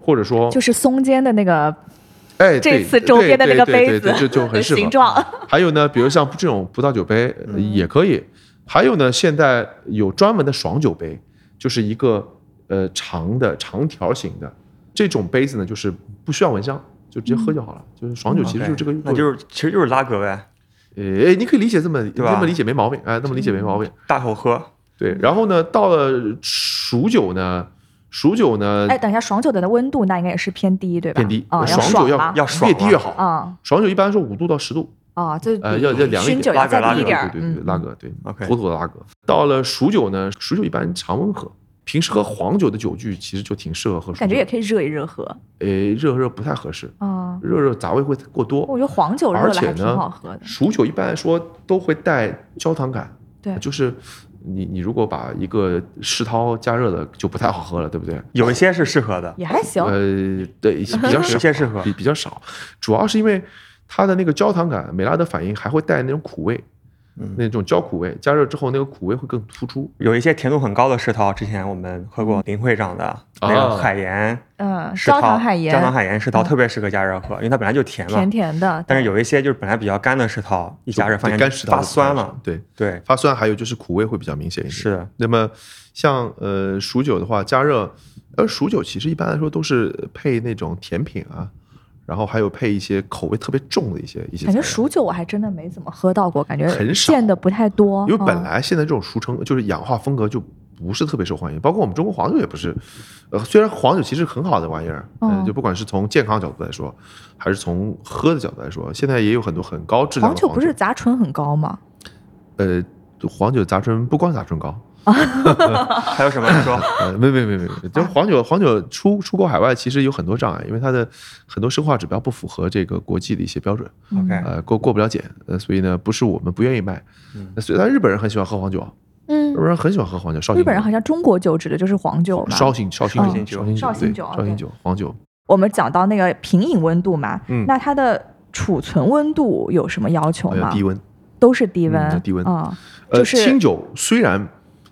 Speaker 4: 或者说
Speaker 3: 就是松间的那个这
Speaker 4: 哎，哦对
Speaker 3: 次周边的那个杯
Speaker 4: 对对对
Speaker 3: 子
Speaker 4: 对对就就
Speaker 3: 的
Speaker 4: 很适合
Speaker 3: 形。状。
Speaker 4: 还有呢，比如像这种葡萄酒杯、呃
Speaker 2: 嗯
Speaker 4: 也可以。还有呢，现在有专门的爽酒杯，就是一个呃长的长条形的这种杯子呢，就是不需要蚊香，就直接喝就好了。就是爽酒其实就是这个
Speaker 2: 嗯 OK，那就是其实就是拉格呗，
Speaker 4: 呃，你可以理解这么
Speaker 2: 对吧
Speaker 4: 这么理解没毛病，哎，这么理解没毛病。
Speaker 2: 大口喝，
Speaker 4: 对，然后呢，到了熟酒呢，熟酒呢
Speaker 3: 哎，等一下，爽酒的温度那应该也是偏低，对吧？
Speaker 4: 嗯偏低，
Speaker 3: 啊，要
Speaker 4: 爽酒
Speaker 3: 爽
Speaker 4: 要
Speaker 3: 吗？
Speaker 2: 哦要爽
Speaker 4: 越低
Speaker 2: 啊
Speaker 4: 越好。
Speaker 3: 啊
Speaker 4: 爽酒一般来说五度到十度，
Speaker 3: 啊，就
Speaker 4: 呃，要要凉一点，
Speaker 3: 熏酒要
Speaker 2: 拉格
Speaker 3: 再
Speaker 2: 拉
Speaker 3: 低一
Speaker 2: 格
Speaker 3: 点儿。
Speaker 4: 对对对，
Speaker 3: 嗯
Speaker 4: 拉格对
Speaker 2: OK
Speaker 4: 妥妥的拉格。到了熟酒呢，熟酒一般常温喝，平时喝黄酒的酒具其实就挺适合喝熟酒，
Speaker 3: 感觉也可以热一热喝
Speaker 4: 诶热热不太合适，
Speaker 3: 啊。
Speaker 4: 热热杂味会过
Speaker 3: 我
Speaker 4: 多。
Speaker 3: 觉得黄酒热
Speaker 4: 嗯而
Speaker 3: 了
Speaker 4: 且
Speaker 3: 还挺
Speaker 4: 呢
Speaker 3: 好喝的。
Speaker 4: 熟酒一般来说都会带焦糖感，
Speaker 3: 对
Speaker 4: 就是你你如果把一个世涛加热的就不太好喝了，对不对？
Speaker 2: 有一些是适合的，
Speaker 3: 也还行，
Speaker 4: 呃，对，比较
Speaker 2: 有
Speaker 4: 少
Speaker 2: 一，些适合
Speaker 4: 比比较少，主要是因为它的那个焦糖感，美拉德反应还会带那种苦味，
Speaker 1: 嗯
Speaker 4: 那种焦苦味，加热之后那个苦味会更突出。
Speaker 2: 有一些甜度很高的世涛，之前我们喝过林会长的那
Speaker 4: 嗯啊
Speaker 2: 个海盐
Speaker 3: 嗯，
Speaker 2: 世
Speaker 3: 焦
Speaker 2: 涛，
Speaker 3: 糖海盐，嗯
Speaker 2: 焦糖海盐世涛特别适合加热喝，因为它本来就甜嘛
Speaker 3: 甜。甜的，
Speaker 2: 但是有一些就是本来比较干的世涛，一加热发现
Speaker 4: 干食道
Speaker 2: 发
Speaker 4: 的
Speaker 2: 酸
Speaker 4: 感觉
Speaker 2: 了。
Speaker 4: 对，
Speaker 2: 对，
Speaker 4: 发酸还有就是苦味会比较明显一点。
Speaker 2: 是的，
Speaker 4: 那么像呃熟酒的话，加热，呃熟酒其实一般来说都是配那种甜品啊，然后还有配一些口味特别重的一些一些
Speaker 3: 感
Speaker 4: 材
Speaker 3: 觉
Speaker 4: 料。
Speaker 3: 熟酒我还真的没怎么喝到过，感觉
Speaker 4: 很少
Speaker 3: 见的不太多。
Speaker 4: 因为本
Speaker 3: 嗯
Speaker 4: 来现在这种熟成就是氧化风格就不是特别受欢迎，包括我们中国黄酒也不是。呃，虽然黄酒其实很好的玩意儿，嗯、
Speaker 3: 嗯
Speaker 4: 就不管是从健康角度来说，还是从喝的角度来说，现在也有很多很高质量
Speaker 3: 黄
Speaker 4: 的
Speaker 3: 酒不是杂醇很高吗？
Speaker 4: 呃，黄酒杂醇不光杂醇高，
Speaker 2: 还有什么你说？
Speaker 4: 呃，没没没没没，就黄酒黄酒出出口海外其实有很多障碍，因为它的很多生化指标不符合这个国际的一些标准，
Speaker 3: 嗯
Speaker 2: OK
Speaker 4: 呃，过过不了检，呃，所以呢，不是我们不愿意卖，
Speaker 2: 嗯
Speaker 4: 那所以但日本人很喜欢喝黄酒，啊日
Speaker 3: 嗯，
Speaker 4: 本人很喜欢喝黄酒，绍兴
Speaker 3: 日本人
Speaker 4: 酒
Speaker 3: 好像中国酒指的就是黄酒嘛。
Speaker 4: 绍兴绍兴
Speaker 3: 嗯
Speaker 4: 酒
Speaker 3: 绍
Speaker 4: 绍
Speaker 3: 兴
Speaker 4: 兴
Speaker 3: 酒
Speaker 4: 酒
Speaker 3: 啊
Speaker 4: 对绍
Speaker 3: 对
Speaker 4: 兴酒黄酒，
Speaker 3: 我们讲到那个品饮温度嘛，
Speaker 4: 嗯
Speaker 3: 那它的储存温度有什么要求
Speaker 4: 还有
Speaker 3: 吗？
Speaker 4: 呃低温，
Speaker 3: 都是低温，
Speaker 4: 嗯要低温
Speaker 3: 啊、
Speaker 4: 呃，
Speaker 3: 就是
Speaker 4: 清酒虽然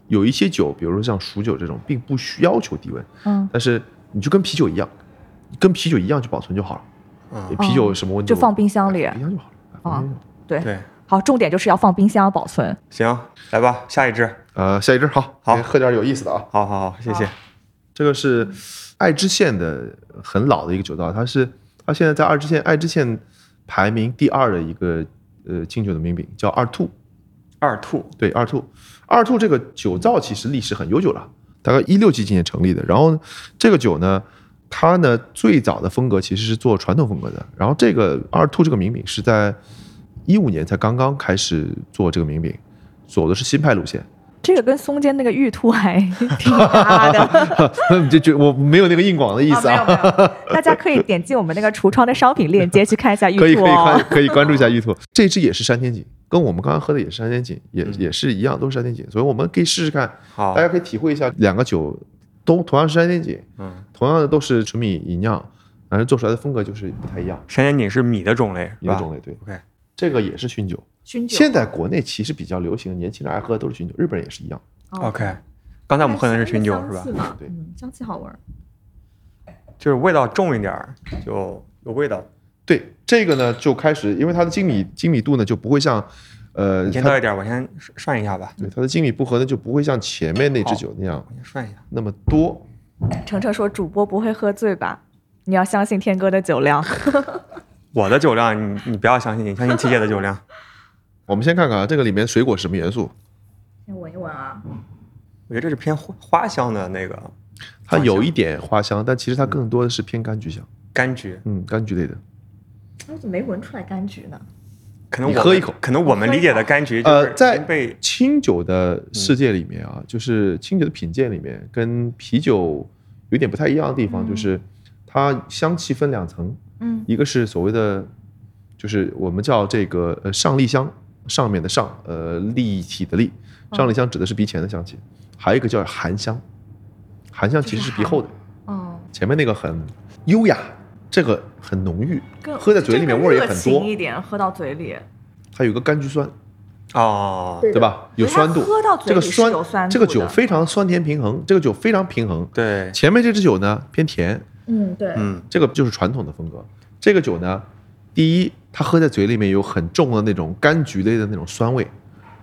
Speaker 4: 有一些酒，比如说像熟酒这种，并不需要求低温，
Speaker 3: 嗯，
Speaker 4: 但是你就跟啤酒一样，跟啤酒一样去保存就好了。
Speaker 2: 嗯，
Speaker 4: 啤酒什么温度
Speaker 3: 就放冰箱里
Speaker 4: 哎冰箱就好了。哎
Speaker 3: 啊
Speaker 4: 放冰箱就好
Speaker 3: 对。
Speaker 2: 对，
Speaker 3: 好，重点就是要放冰箱保存。
Speaker 2: 行，来吧，下一支。
Speaker 4: 呃，下一支好，
Speaker 2: 好
Speaker 4: 喝点有意思的啊。
Speaker 2: 好好好，谢谢
Speaker 3: 好。
Speaker 4: 这个是爱知县的很老的一个酒造，它是它现在在爱知县爱知县排名第二的一个呃清酒的名饼，叫二兔。
Speaker 2: 二兔，
Speaker 4: 对，二兔，二兔这个酒造其实历史很悠久了，大概一六几几年成立的。然后呢这个酒呢，它呢最早的风格其实是做传统风格的。然后这个二兔这个名饼是在一五年才刚刚开始做这个名饼，走的是新派路线。
Speaker 3: 这个跟松间那个玉兔还 挺搭的，
Speaker 4: 这就我没有那个硬广的意思
Speaker 3: 啊
Speaker 4: 啊。
Speaker 3: 没有没有，大家可以点进我们那个橱窗的商品链接去看一下玉
Speaker 4: 可以可
Speaker 3: 兔
Speaker 4: 以
Speaker 3: 哦
Speaker 4: 关。可以关注一下 玉兔，这只也是山天锦，跟我们刚刚喝的也是山天锦，也、
Speaker 2: 嗯
Speaker 4: 也是一样，都是山天锦，所以我们可以试试看，
Speaker 2: 好
Speaker 4: 大，家可以体会一下两个酒都同样是山天锦，
Speaker 2: 嗯，
Speaker 4: 同样的都是纯米吟酿，但是做出来的风格就是不太一样，
Speaker 2: 山间锦是米的种类，
Speaker 4: 一
Speaker 2: 是
Speaker 4: 个
Speaker 2: 吧？
Speaker 4: 种类对。
Speaker 2: OK
Speaker 4: 这个也是熏酒，
Speaker 3: 熏酒
Speaker 4: 现在国内其实比较流行，年轻人爱喝的都是熏酒，日本人也是一样。
Speaker 3: 哦
Speaker 2: OK，刚才我们喝的是
Speaker 3: 哎
Speaker 2: 群酒是吧？
Speaker 3: 吧
Speaker 4: 对
Speaker 3: 嗯，香气好闻儿。
Speaker 2: 就是味道重一点儿，就有味道，
Speaker 4: 对这个呢，就开始，因为它的精米精米度呢就不会像，呃，
Speaker 2: 你先
Speaker 4: 它
Speaker 2: 倒一点儿，我先涮一下吧，
Speaker 4: 对它的精米不合呢就不会像前面那支酒那样
Speaker 2: 我先涮一下。
Speaker 4: 那么多。
Speaker 3: 程程说：“主播不会喝醉吧？你要相信天哥的酒量。
Speaker 2: 我的酒量，你你不要相信，你相信七姐的酒量。
Speaker 4: 我们先看看啊，这个里面水果是什么元素？”
Speaker 3: 先闻一闻啊，
Speaker 2: 我觉得这是偏花花香的那个
Speaker 4: 它有一点花香，但其实它更多的是偏柑橘香，
Speaker 2: 柑橘，
Speaker 4: 嗯，柑橘类的。
Speaker 3: 我哎怎么没闻出来柑橘呢？
Speaker 2: 可能我
Speaker 4: 你
Speaker 2: 们
Speaker 4: 喝一口
Speaker 2: 可能我们理解的柑橘就
Speaker 4: 呃
Speaker 2: 是，
Speaker 4: 在
Speaker 2: 被
Speaker 4: 清酒的世界里面啊，就是清酒的品鉴里面，跟啤酒有点不太一样的地方，
Speaker 3: 嗯
Speaker 4: 就是它香气分两层，
Speaker 3: 嗯
Speaker 4: 一个是所谓的，就是我们叫这个呃上立香，上面的上，呃立体的立，上立香指的是鼻前的香气，还有一个叫含香，含香其实是鼻后的，
Speaker 3: 哦，
Speaker 4: 前面那个很优雅，这个很浓郁
Speaker 3: 更，
Speaker 4: 喝在嘴里面味儿也很
Speaker 3: 这更热
Speaker 4: 多
Speaker 3: 情，一点，喝到嘴里。
Speaker 4: 它有一个柑橘酸，
Speaker 2: 哦，
Speaker 3: 对
Speaker 4: 对吧？有酸
Speaker 3: 它
Speaker 4: 度
Speaker 3: 喝到，嘴
Speaker 4: 这
Speaker 3: 里
Speaker 4: 个
Speaker 3: 是
Speaker 4: 酸
Speaker 3: 有酸度的
Speaker 4: 这个酒非常酸甜平衡，这个酒非常平衡。
Speaker 2: 对，
Speaker 4: 前面这支酒呢偏甜，
Speaker 3: 嗯，对
Speaker 2: 嗯，
Speaker 4: 这个就是传统的风格。这个酒呢，第一，它喝在嘴里面有很重的那种柑橘类的那种酸味，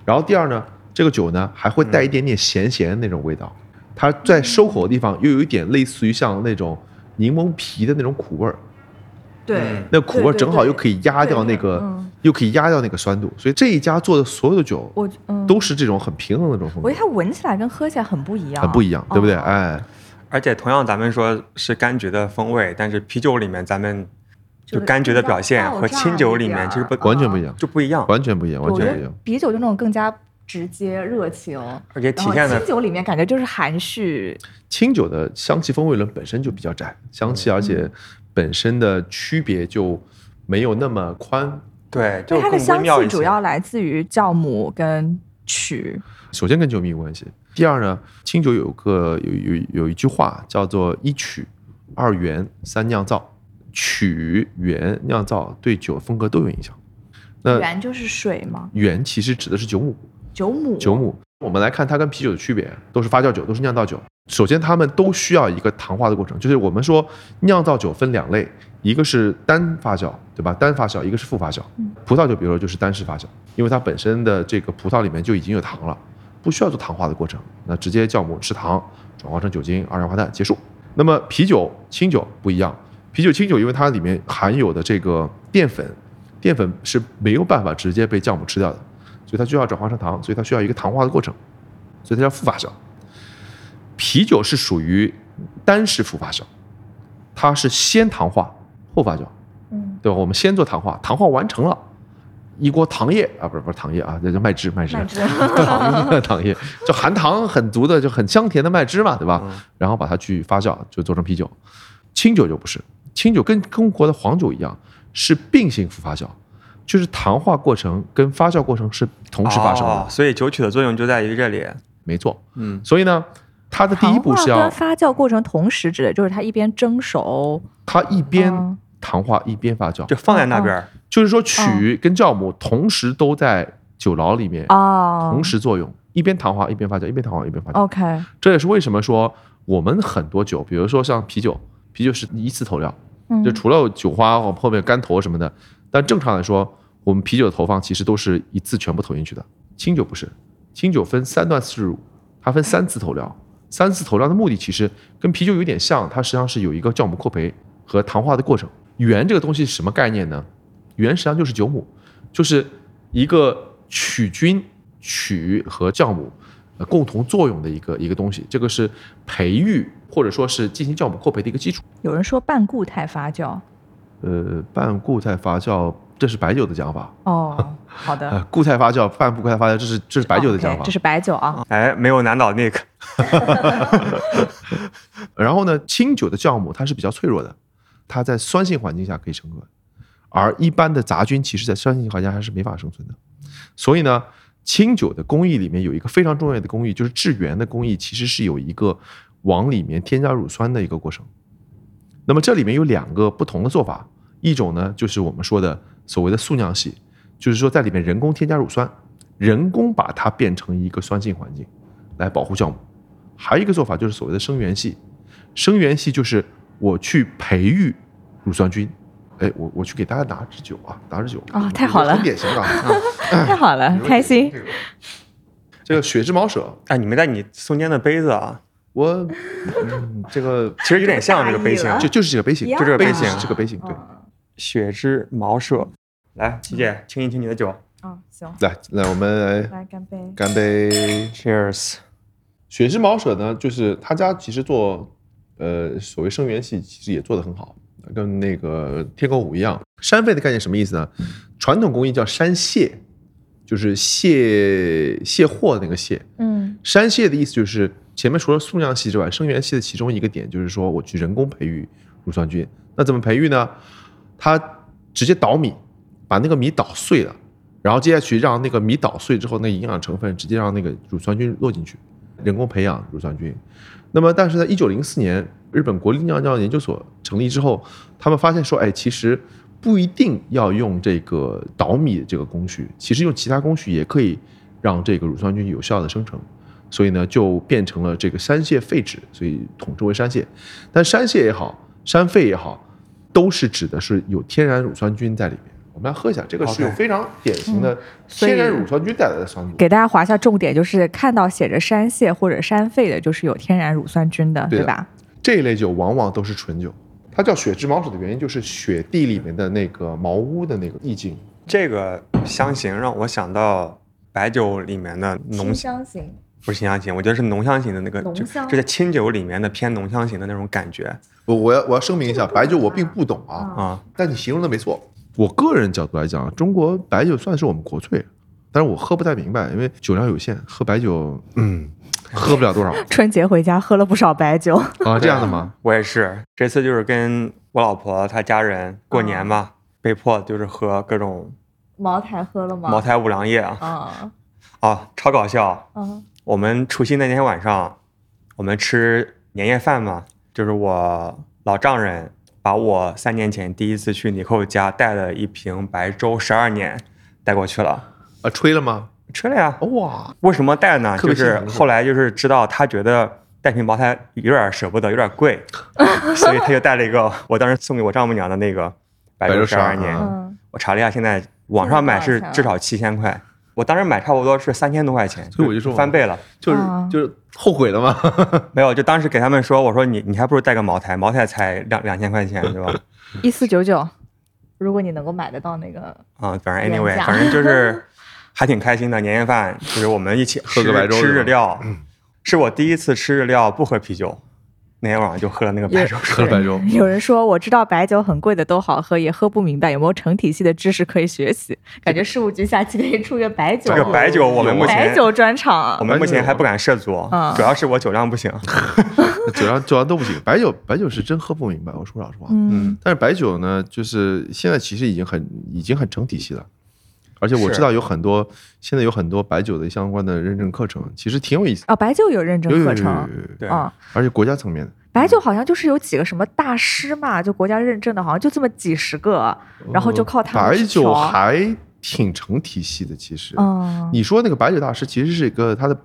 Speaker 4: 然后第二呢，这个酒呢还会带一点点咸咸的那种味道，它在
Speaker 3: 嗯
Speaker 4: 收口的地方又有一点类似于像那种柠檬皮的那种苦味儿，
Speaker 2: 嗯
Speaker 4: 那苦味儿正好又可
Speaker 3: 以。
Speaker 4: 以压掉那
Speaker 3: 对对
Speaker 4: 个
Speaker 3: 嗯，
Speaker 4: 又可以压掉那个酸度，所以这一家做的所有的酒
Speaker 3: 我嗯，
Speaker 4: 都是这种很平衡的这种风
Speaker 3: 我
Speaker 4: 格
Speaker 3: 觉得。它闻起来跟喝起来很不一样，
Speaker 4: 嗯很不一样，对不对？
Speaker 3: 哦
Speaker 4: 哎，
Speaker 2: 而且同样咱们说是柑橘的风味，但是啤酒里面咱们就柑橘的表现和清酒里面其实不
Speaker 4: 完全不一样，
Speaker 2: 就不一样，
Speaker 4: 完全不一样，完
Speaker 3: 啊我觉
Speaker 4: 全不一
Speaker 3: 得
Speaker 4: 样。
Speaker 3: 啤酒就那种更加直接热情，
Speaker 2: 而且
Speaker 3: 然
Speaker 2: 体
Speaker 3: 后
Speaker 2: 现的
Speaker 3: 清酒里面感觉就是含蓄，
Speaker 4: 清酒的香气风味轮本身就比较窄，香气
Speaker 3: 嗯
Speaker 4: 而且本身的区别就没有那么宽。
Speaker 2: 对，
Speaker 3: 对
Speaker 2: 就
Speaker 3: 它的
Speaker 2: 更
Speaker 3: 香
Speaker 2: 微妙
Speaker 3: 气
Speaker 2: 一些
Speaker 3: 主。要来自于酵母跟曲，
Speaker 4: 首先跟酒米有关系，第二呢，清酒有个有有有一句话叫做一曲、二元、三酿造，曲、元、酿造对酒风格都有影响。那
Speaker 3: 原就是水吗？
Speaker 4: 原其实指的是九母，
Speaker 3: 九母，
Speaker 4: 九母。我们来看它跟啤酒的区别，都是发酵酒，都是酿造酒。首先，它们都需要一个糖化的过程，就是我们说酿造酒分两类，一个是单发酵，对吧？单发酵，一个是复发酵
Speaker 3: 嗯。
Speaker 4: 葡萄酒，比如说就是单式发酵，因为它本身的这个葡萄里面就已经有糖了，不需要做糖化的过程，那直接酵母吃糖转化成酒精、二氧化碳结束。那么啤酒、清酒不一样，啤酒、清酒因为它里面含有的这个淀粉，淀粉是没有办法直接被酵母吃掉的，所以它就要转化成糖，所以它需要一个糖化的过程，所以它叫复发酵。啤酒是属于单式复发酵，它是先糖化后发酵，
Speaker 3: 嗯，
Speaker 4: 对吧？我们先做糖化，糖化完成了，一锅糖液啊，不是不是糖液啊，这叫麦汁麦汁
Speaker 3: 麦汁
Speaker 4: 糖糖液，就含糖很足的就很香甜的麦汁嘛，对吧？
Speaker 2: 嗯
Speaker 4: 然后把它去发酵，就做成啤酒。清酒就不是，清酒跟中国的黄酒一样，是并行复发酵，就是糖化过程跟发酵过程是同时发生的，
Speaker 2: 哦所以酒曲的作用就在于这里。
Speaker 4: 没错。
Speaker 2: 嗯，
Speaker 4: 所以呢，它 的第一步
Speaker 3: 糖化
Speaker 4: 是要
Speaker 3: 跟发酵过程同时指的就是它一边蒸熟，
Speaker 4: 它一边
Speaker 3: 嗯
Speaker 4: 糖化一边发酵，
Speaker 2: 就放在那边儿，
Speaker 4: 就是说曲跟酵母同时都在酒醪里面
Speaker 3: 哦，
Speaker 4: 同时作用，一边糖化一边发酵，一边糖化一边发酵。
Speaker 3: OK，
Speaker 4: 这也是为什么说我们很多酒，比如说像啤酒，啤酒是一次投料，
Speaker 3: 嗯
Speaker 4: 就除了酒花我们后面干投什么的，但正常来说，我们啤酒的投放其实都是一次全部投进去的。清酒不是，清酒分三段次入，它分三次投料。三次投料的目的其实跟啤酒有点像，它实际上是有一个酵母扩培和糖化的过程。原这个东西是什么概念呢？原实际上就是酒母，就是一个曲菌、曲和酵母呃共同作用的一个一个东西。这个是培育或者说是进行酵母扩培的一个基础。
Speaker 3: 有人说半固态发酵，
Speaker 4: 呃，半固态发酵，这是白酒的讲法。
Speaker 3: 哦，好的
Speaker 4: 呃，，固态发酵、半固态发酵，这是这 是白酒的讲
Speaker 3: 哦 OK，
Speaker 4: 法。
Speaker 3: 这是白酒啊，
Speaker 2: 哎，没有难倒 Nick。
Speaker 4: 然后呢，清酒的酵母它是比较脆弱的，它在酸性环境下可以生存，而一般的杂菌其实在酸性环境下是没法生存的。所以呢，清酒的工艺里面有一个非常重要的工艺，就是制原的工艺，其实是有一个往里面添加乳酸的一个过程。那么这里面有两个不同的做法，一种呢就是我们说的所谓的速酿系，就是说在里面人工添加乳酸，人工把它变成一个酸性环境来保护酵母；还有一个做法就是所谓的生源系，生源系就是我去培育乳酸菌。哎，我我去给大家拿支酒啊，拿支酒
Speaker 3: 哦太好了
Speaker 4: 很典型的啊，
Speaker 3: 太好了，开心。
Speaker 4: 这个。这个雪之毛舍，
Speaker 2: 哎，你没带你中间的杯子啊？
Speaker 4: 我、嗯、这个
Speaker 2: 其实有点像这个杯 型
Speaker 3: 大意，了
Speaker 4: 就就是这个杯型，
Speaker 3: 一样嗯
Speaker 4: 就这个杯
Speaker 2: 的
Speaker 4: 型，这个杯
Speaker 2: 哦
Speaker 4: 型。对，
Speaker 2: 血之茅舍。来，琪姐，清一清你的酒
Speaker 3: 嗯，行，
Speaker 4: 来来，我们来
Speaker 3: 来干杯。
Speaker 4: 干杯。
Speaker 2: ，Cheers。
Speaker 4: 雪之毛舍呢，就是他家其实做呃所谓生源系，其实也做得很好，跟那个天狗舞一样。山肺的概念什么意思呢？传统工艺叫山蟹，就是蟹蟹货那个蟹。
Speaker 3: 嗯
Speaker 4: 山蟹的意思就是前面除了速酿系之外，生源系的其中一个点就是说我去人工培育乳酸菌。那怎么培育呢？它直接捣米，把那个米捣碎了，然后接下去让那个米捣碎之后，那营养成分直接让那个乳酸菌落进去，人工培养乳酸菌。那么，但是在一九零四年，日本国立尿尿研究所成立之后，他们发现说，哎，其实不一定要用这个捣米这个工序，其实用其他工序也可以让这个乳酸菌有效的生成。所以呢，就变成了这个山蟹肺酯，所以统称为山蟹。但山蟹也好，山肺也好，都是指的是有天然乳酸菌在里面。我们来喝一下，这个是有
Speaker 2: OK
Speaker 4: 非常典型的
Speaker 3: 嗯所以
Speaker 4: 天然乳酸菌带来的酸度。
Speaker 3: 给大家划一下重点，就是看到写着山蟹或者山肺的，就是有天然乳酸菌的，
Speaker 4: 对
Speaker 3: 对
Speaker 2: 啊
Speaker 4: 的
Speaker 3: 吧？
Speaker 4: 这一类酒往往都是纯酒，它叫雪之茅舍的原因就是雪地里面的那个茅屋的那个意境。
Speaker 2: 这个香型让我想到白酒里面的浓，
Speaker 3: 香型，
Speaker 2: 不是清香型，我觉得是浓香型的那个，
Speaker 3: 浓
Speaker 2: 就
Speaker 3: 香
Speaker 2: 就在清酒里面的偏浓香型的那种感觉
Speaker 4: 我我要我要声明一下，白酒我并不懂啊，
Speaker 3: 哦
Speaker 2: 啊。
Speaker 4: 但你形容的没错。我个人角度来讲，啊中国白酒算是我们国粹，但是我喝不太明白，因为酒量有限，喝白酒，嗯，喝不了多少
Speaker 3: 春节回家喝了不少白酒，
Speaker 4: 啊，这样的吗？
Speaker 2: 我也是，这次就是跟我老婆她家人过年
Speaker 3: 哦
Speaker 2: 嘛，被迫就是喝各种
Speaker 3: 茅台喝了吗
Speaker 2: 茅台五粮液啊，
Speaker 3: 啊
Speaker 2: 啊，超搞笑！
Speaker 3: 啊
Speaker 2: 我们除夕那天晚上，我们吃年夜饭嘛，就是我老丈人把我三年前第一次去尼寇家带了一瓶白粥，十二年带过去了，
Speaker 4: 啊，吹了吗？
Speaker 2: 吹了呀。
Speaker 4: 哇，
Speaker 2: 为什么带呢？
Speaker 4: 特
Speaker 2: 就
Speaker 4: 别心
Speaker 2: 是
Speaker 4: 疼是吧
Speaker 2: 后来就是知道他觉得带瓶茅台有点舍不得，有点 贵，所以他就带了一个我当时送给我丈母娘的那个白
Speaker 4: 白
Speaker 2: 鹿
Speaker 4: 鹿
Speaker 2: 十二
Speaker 4: 山
Speaker 2: 年
Speaker 4: 啊。
Speaker 3: 嗯，
Speaker 2: 我查了一下，现在网上买是
Speaker 3: 现在多少钱啊
Speaker 2: 至少七千块，我当时买差不多是三千多块钱，
Speaker 4: 所以我就说嘛
Speaker 2: 翻倍了。
Speaker 4: 就是
Speaker 3: 啊
Speaker 4: 就是后悔了吗？
Speaker 2: 没有，就当时给他们说，我说你你还不如带个茅台，茅台才两两千块钱，对吧？
Speaker 3: 一四九九，如果你能够买得到那个，
Speaker 2: 啊，反正
Speaker 3: 原
Speaker 2: anyway，
Speaker 3: 价
Speaker 2: 反正 就是还挺开心的。年夜饭就是我们一起
Speaker 4: 喝
Speaker 2: 吃
Speaker 4: 个白粥
Speaker 2: 吃
Speaker 4: 是吧嗯
Speaker 2: 日料，是我第一次吃日料不喝啤酒，那天晚上就喝了那个白粥。
Speaker 4: 喝了白粥，
Speaker 3: 有人说我知道白酒很贵的都好喝，也喝不明白，有没有成体系的知识可以学习？感觉事务局下期可以出个白酒
Speaker 2: 这个白酒我们目
Speaker 3: 白
Speaker 2: 前
Speaker 3: 酒专场啊
Speaker 2: 我，们目前还不敢涉足
Speaker 3: 嗯，
Speaker 2: 主要是我酒量不行。
Speaker 4: 酒量酒量都不行，白酒白酒是真喝不明白。我说老实话，
Speaker 3: 嗯
Speaker 4: 但是白酒呢，就是现在其实已经很已经很成体系了，而且我
Speaker 2: 是
Speaker 4: 知道有很多现在有很多白酒的相关的认证课程，其实挺有意思。
Speaker 3: 啊，白酒有认证
Speaker 4: 有有有
Speaker 3: 课
Speaker 4: 有有有嗯
Speaker 3: 程，，
Speaker 2: 对，
Speaker 3: 嗯，
Speaker 4: 而且国家层面的，
Speaker 3: 白酒好像就是有几个什么大师嘛，就国家认证的，好像就这么几十个，然后就靠他们
Speaker 4: 哦呃白
Speaker 3: 去
Speaker 4: 酒
Speaker 3: 调
Speaker 4: 还挺成体系的，其实。
Speaker 3: 嗯
Speaker 4: 你说那个白酒大师其实是一个他的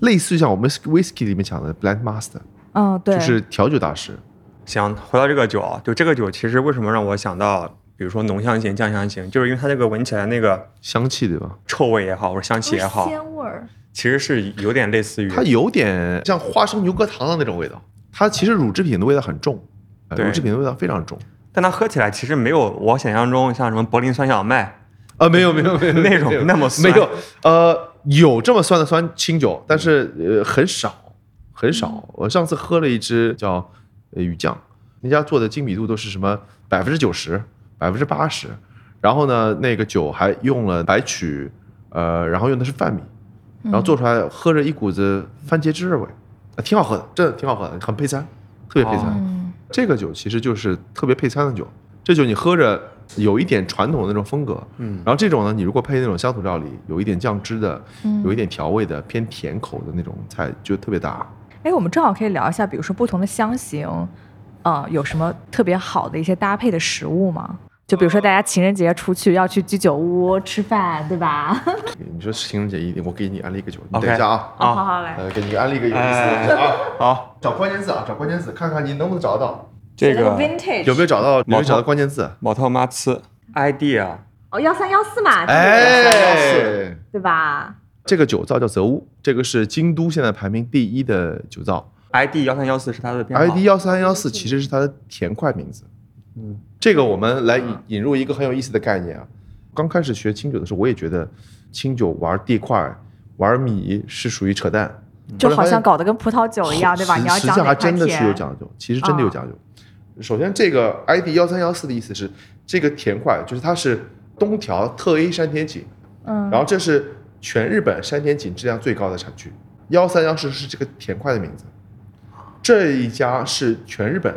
Speaker 4: 类似于像我们 whisky 里面讲的 blend master，
Speaker 3: 嗯对，
Speaker 4: 就是调酒大师。
Speaker 2: 行，回到这个酒啊，就这个酒其实为什么让我想到，比如说浓香型、酱香型，就是因为它这个闻起来那个
Speaker 4: 香气对吧？
Speaker 2: 臭味也好，或者香气也好，
Speaker 3: 鲜味儿，
Speaker 2: 其实是有点类似于
Speaker 4: 它有点像花生牛膈糖的那种味道，它其实乳制品的味道很重，呃
Speaker 2: 对
Speaker 4: 乳制品的味道非常重。
Speaker 2: 但它喝起来其实没有我想象中像什么柏林酸小麦
Speaker 4: 啊，没有没有 没有没有
Speaker 2: 那种
Speaker 4: 没有
Speaker 2: 那么酸
Speaker 4: 没有，呃，有这么酸的酸清酒，但是呃很少很
Speaker 2: 嗯
Speaker 4: 少。我上次喝了一支叫呃鱼酱，人家做的精米度都是什么百分之九十、百分之八十，然后呢那个酒还用了白曲，呃，然后用的是饭米，
Speaker 3: 嗯
Speaker 2: 嗯
Speaker 4: 然后做出来喝着一股子番茄汁儿味，啊挺好喝的，真的挺好喝的，很配餐，特别配餐。
Speaker 2: 哦
Speaker 3: 嗯
Speaker 4: 这个酒其实就是特别配餐的酒，这酒你喝着有一点传统的那种风格，
Speaker 2: 嗯
Speaker 4: 然后这种呢，你如果配那种乡土料理，有一点酱汁的，
Speaker 3: 嗯
Speaker 4: 有一点调味的，偏甜口的那种菜就特别搭。
Speaker 3: 哎，我们正好可以聊一下，比如说不同的香型，啊、有什么特别好的一些搭配的食物吗？就比如说大家情人节出去要去居酒屋吃饭，对吧？
Speaker 4: 你说情人节一定，我给你安利一个酒，你
Speaker 2: OK
Speaker 4: 等一下啊，
Speaker 3: 哦，
Speaker 2: 啊
Speaker 3: 好好来，
Speaker 4: 呃，给你安利一个有意思的酒啊，
Speaker 2: 好，
Speaker 4: 找关键字啊，找关键字，看看你能不能找得到，
Speaker 2: 这个
Speaker 3: vintage
Speaker 4: 有没有找到，有没有
Speaker 2: 毛头
Speaker 4: 找到关键字？
Speaker 2: 毛特马茨 idea
Speaker 3: 哦幺三幺四嘛，这个
Speaker 4: 哎，
Speaker 3: 对吧？
Speaker 4: 这个酒造叫泽屋，这个是京都现在排名第一的酒造
Speaker 2: ID 幺三幺四是它的编号
Speaker 4: ，ID 幺三幺四其实是它的甜快名字。
Speaker 2: 嗯
Speaker 4: 这个我们来引引入一个很有意思的概念啊。刚开始学清酒的时候，我也觉得清酒玩地块、玩米是属于扯淡，
Speaker 3: 就好像搞得跟葡萄酒一样，对吧？
Speaker 4: 实
Speaker 3: 你要
Speaker 4: 实际
Speaker 3: 讲
Speaker 4: 上
Speaker 3: 哪
Speaker 4: 还
Speaker 3: 块
Speaker 4: 真的是
Speaker 3: 甜？
Speaker 4: 有
Speaker 3: 啊
Speaker 4: 讲究，其实真的有讲究。首先，这个 ID 幺三幺四的意思是，这个甜块就是它是东条特 A 山田锦，
Speaker 3: 嗯
Speaker 4: 然后这是全日本山田锦质量最高的产区。幺三幺四是这个甜块的名字，这一家是全日本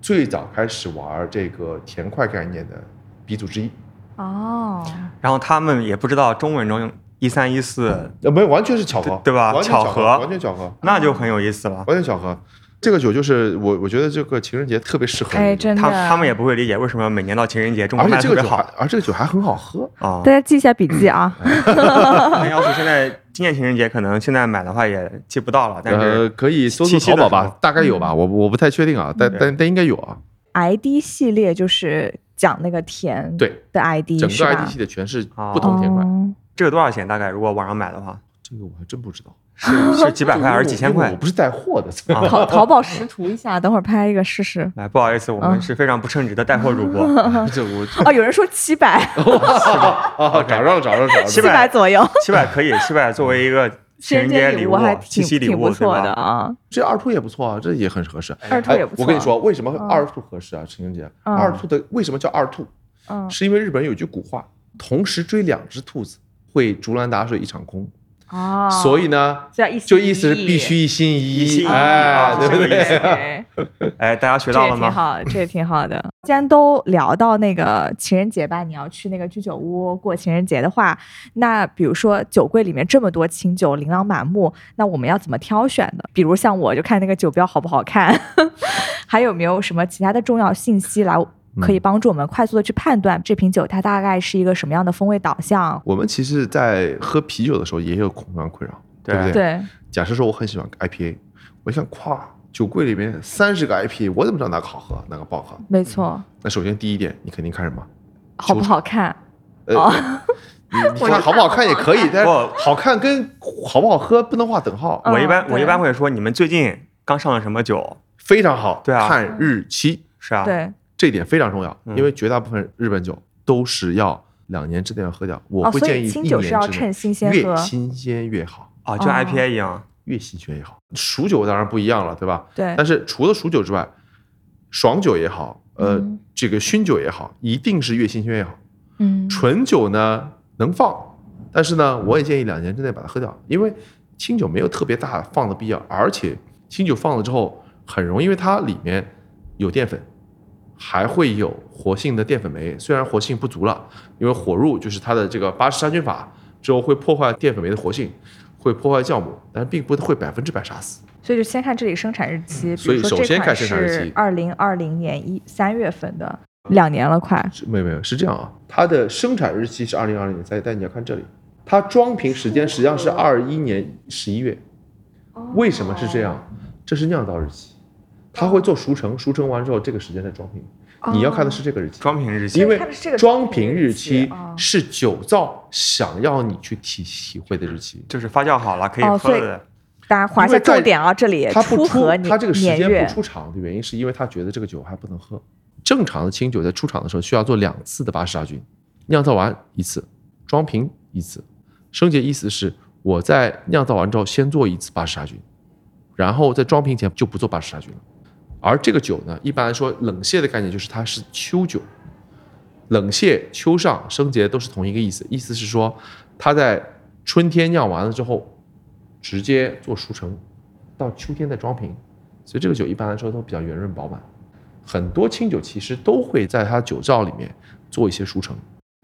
Speaker 4: 最早开始玩这个甜块概念的鼻祖之一。
Speaker 3: 哦，
Speaker 2: 然后他们也不知道中文中一三一四，
Speaker 4: 呃，没有，完全是巧合，
Speaker 2: 对对吧
Speaker 4: 完全巧
Speaker 2: 巧合
Speaker 4: 完全巧合，
Speaker 2: 那就很有意思了。
Speaker 4: 完全巧合。这个酒就是我，我觉得这个情人节特别适合你。
Speaker 3: 哎，真的，
Speaker 2: 他他们也不会理解为什么每年到情人节中国
Speaker 4: 而
Speaker 2: 卖
Speaker 4: 且
Speaker 2: 得特
Speaker 4: 这个
Speaker 2: 别
Speaker 4: 酒还
Speaker 2: 好，
Speaker 4: 而这个酒还很好喝。
Speaker 2: 啊。
Speaker 3: 大家记一下笔记啊。
Speaker 2: 幺三幺四现在今年情人节可能现在买的话也记不到了，但
Speaker 4: 呃，
Speaker 2: 是
Speaker 4: 可以搜
Speaker 2: 七夕
Speaker 4: 搜淘
Speaker 2: 的
Speaker 4: 宝
Speaker 2: 时
Speaker 4: 吧
Speaker 2: 候，
Speaker 4: 大概
Speaker 3: 嗯
Speaker 4: 有吧，我我不太确定啊，但但但应该有啊。
Speaker 3: ID 系列就是讲那个甜
Speaker 4: 对
Speaker 3: 的 ID，
Speaker 4: 整
Speaker 3: 是
Speaker 4: 个
Speaker 3: 吧
Speaker 4: ID 系列全是不同甜块，
Speaker 3: 哦
Speaker 2: 这个多少钱？大概如果网上买的话，
Speaker 4: 这个我还真不知道，
Speaker 2: 是是几百块还是几千
Speaker 4: 因为我因为我
Speaker 2: 块
Speaker 4: 不？是带货的，
Speaker 2: 啊
Speaker 3: 淘淘宝识图一下，等会儿拍一个试试。
Speaker 2: 来，哎不好意思，我们
Speaker 3: 嗯
Speaker 2: 是非常不称职的带货主 播。
Speaker 4: 这我
Speaker 3: 哦，有人说七 百，
Speaker 4: 啊， 找着了，找着了，找着了。
Speaker 3: 七
Speaker 2: 700
Speaker 3: 百左右，
Speaker 2: 七百可以，七百作为一个情人节
Speaker 3: 礼
Speaker 2: 物
Speaker 3: 还、
Speaker 2: 七
Speaker 3: 挺
Speaker 2: 夕礼
Speaker 3: 挺
Speaker 2: 物，
Speaker 3: 不
Speaker 2: 对
Speaker 3: 错
Speaker 2: 吧？
Speaker 3: 的啊。
Speaker 4: 这二兔也不错啊，这也很合适。哎
Speaker 3: 二兔也不错。啊
Speaker 4: 我跟你，说，为什么二兔合适啊？情人节，
Speaker 3: 嗯
Speaker 4: 二兔的为什么叫二兔？
Speaker 3: 嗯，
Speaker 4: 是因为日本有句古话，同时追两只兔子会竹篮打水一场空，
Speaker 3: 啊，
Speaker 4: 所以呢，
Speaker 3: 就要一心
Speaker 4: 就
Speaker 3: 一
Speaker 4: 意思是必须一心一
Speaker 2: 一心一
Speaker 3: 哦
Speaker 2: 意
Speaker 4: 意，哎，
Speaker 2: 啊
Speaker 4: 对不
Speaker 2: 这个意
Speaker 4: 对？
Speaker 2: 思
Speaker 3: 对？
Speaker 2: 哎，大家学
Speaker 3: 这
Speaker 2: 到
Speaker 3: 也
Speaker 2: 了
Speaker 3: 挺
Speaker 2: 吗？
Speaker 3: 好，这也挺好 的。既然都聊到那个情人节吧，你要去那个居酒屋过情人节的话，那比如说酒柜里面这么多清酒，琳琅满目，那我们要怎么挑选呢？比 如像我就看那个酒标好不好看，还有没有什么其他的重要信息来可以帮助我们快速的去判断这瓶酒它大概是一个什么样的风味导向。
Speaker 4: 我们其实，在喝啤酒的时候也有同样困扰，
Speaker 2: 对啊
Speaker 4: 不对？
Speaker 3: 对，
Speaker 4: 假设说我很喜欢 IPA，我一看，咵，酒柜里面三十个 IPA，我怎么知道哪个好喝，哪个不好喝？
Speaker 3: 没错，
Speaker 4: 那首先第一点，你肯定看什么？
Speaker 3: 好不好看？
Speaker 4: 呃，
Speaker 3: 哦
Speaker 4: 你你看好不好看也可以，但是
Speaker 2: 我
Speaker 4: 好看跟好不好喝不能划等号。
Speaker 3: 嗯
Speaker 2: 我一般我
Speaker 3: 对
Speaker 2: 一般会说，你们最近刚上了什么酒？
Speaker 4: 非常好，
Speaker 2: 对啊
Speaker 4: 看日期，
Speaker 2: 是啊，
Speaker 3: 对，
Speaker 4: 这点非常重要，
Speaker 2: 嗯
Speaker 4: 因为绝大部分日本酒都是要两年之内要喝掉，我
Speaker 3: 哦，
Speaker 4: 会
Speaker 3: 所
Speaker 4: 建
Speaker 3: 以
Speaker 4: 议
Speaker 3: 清
Speaker 4: 一
Speaker 3: 酒是要
Speaker 4: 年之内
Speaker 3: 趁新鲜喝
Speaker 4: 越。新鲜越好，
Speaker 2: 啊，就
Speaker 3: 哦
Speaker 2: IPA 一样，
Speaker 4: 越新鲜越好。熟酒当然不一样了，对吧？
Speaker 3: 对，
Speaker 4: 但是除了熟酒之外，爽酒也好，呃，
Speaker 3: 嗯
Speaker 4: 这个熏酒也好，一定是越新鲜越好。
Speaker 3: 嗯，
Speaker 4: 纯酒呢能放，但是呢，我也建议两年之内把它喝掉，因为清酒没有特别大放的必要，而且清酒放了之后很容易，因为它里面有淀粉，还会有活性的淀粉酶，虽然活性不足了，因为火入就是它的这个巴氏杀菌法之后会破坏淀粉酶的活性，会破坏酵母，但是并不会百分之百杀死。
Speaker 3: 所以就先看这里生产日期，比
Speaker 4: 嗯所以
Speaker 3: 如说
Speaker 4: 首
Speaker 3: 这
Speaker 4: 先
Speaker 3: 款
Speaker 4: 看生产日期
Speaker 3: 是二零二零年一三月份的，两年了快。
Speaker 4: 是没有没有是这样啊，它的生产日期是二零二零年三月，但你要看这里，它装瓶时间实际上是二一年十一月。
Speaker 3: 哦
Speaker 4: 为什么是这样？这是酿造日期，它会做熟成，熟成完之后这个时间再装瓶。你要看的是这个日期，
Speaker 2: 装瓶日期
Speaker 4: 因
Speaker 3: 所
Speaker 4: 为
Speaker 3: 以看的是这个
Speaker 4: 装瓶日
Speaker 3: 装瓶日期
Speaker 4: 期
Speaker 3: 哦
Speaker 4: 是酒造想要你去体体会的日期。
Speaker 2: 就是发酵好了可以
Speaker 3: 哦
Speaker 2: 喝
Speaker 3: 所以
Speaker 2: 了
Speaker 3: 大家划一
Speaker 4: 因
Speaker 3: 下
Speaker 4: 为在
Speaker 3: 重点啊，这里
Speaker 4: 他不出
Speaker 3: 和年
Speaker 4: 他这个时
Speaker 3: 年
Speaker 4: 间
Speaker 3: 月
Speaker 4: 不出厂的原因，是因为他觉得这个酒还不能喝。正常的清酒在出厂的时候需要做两次的巴氏杀菌，酿造完一次，装瓶一次。升级意思是我在酿造完之后先做一次巴氏杀菌，然后在装瓶前就不做巴氏杀菌了。而这个酒呢，一般来说冷泻的概念就是它是秋酒，冷泻、秋上、升节都是同一个意思，意思是说它在春天酿完了之后，直接做熟成，到秋天再装瓶，所以这个酒一般来说都比较圆润饱满。很多清酒其实都会在它酒窖里面做一些熟成，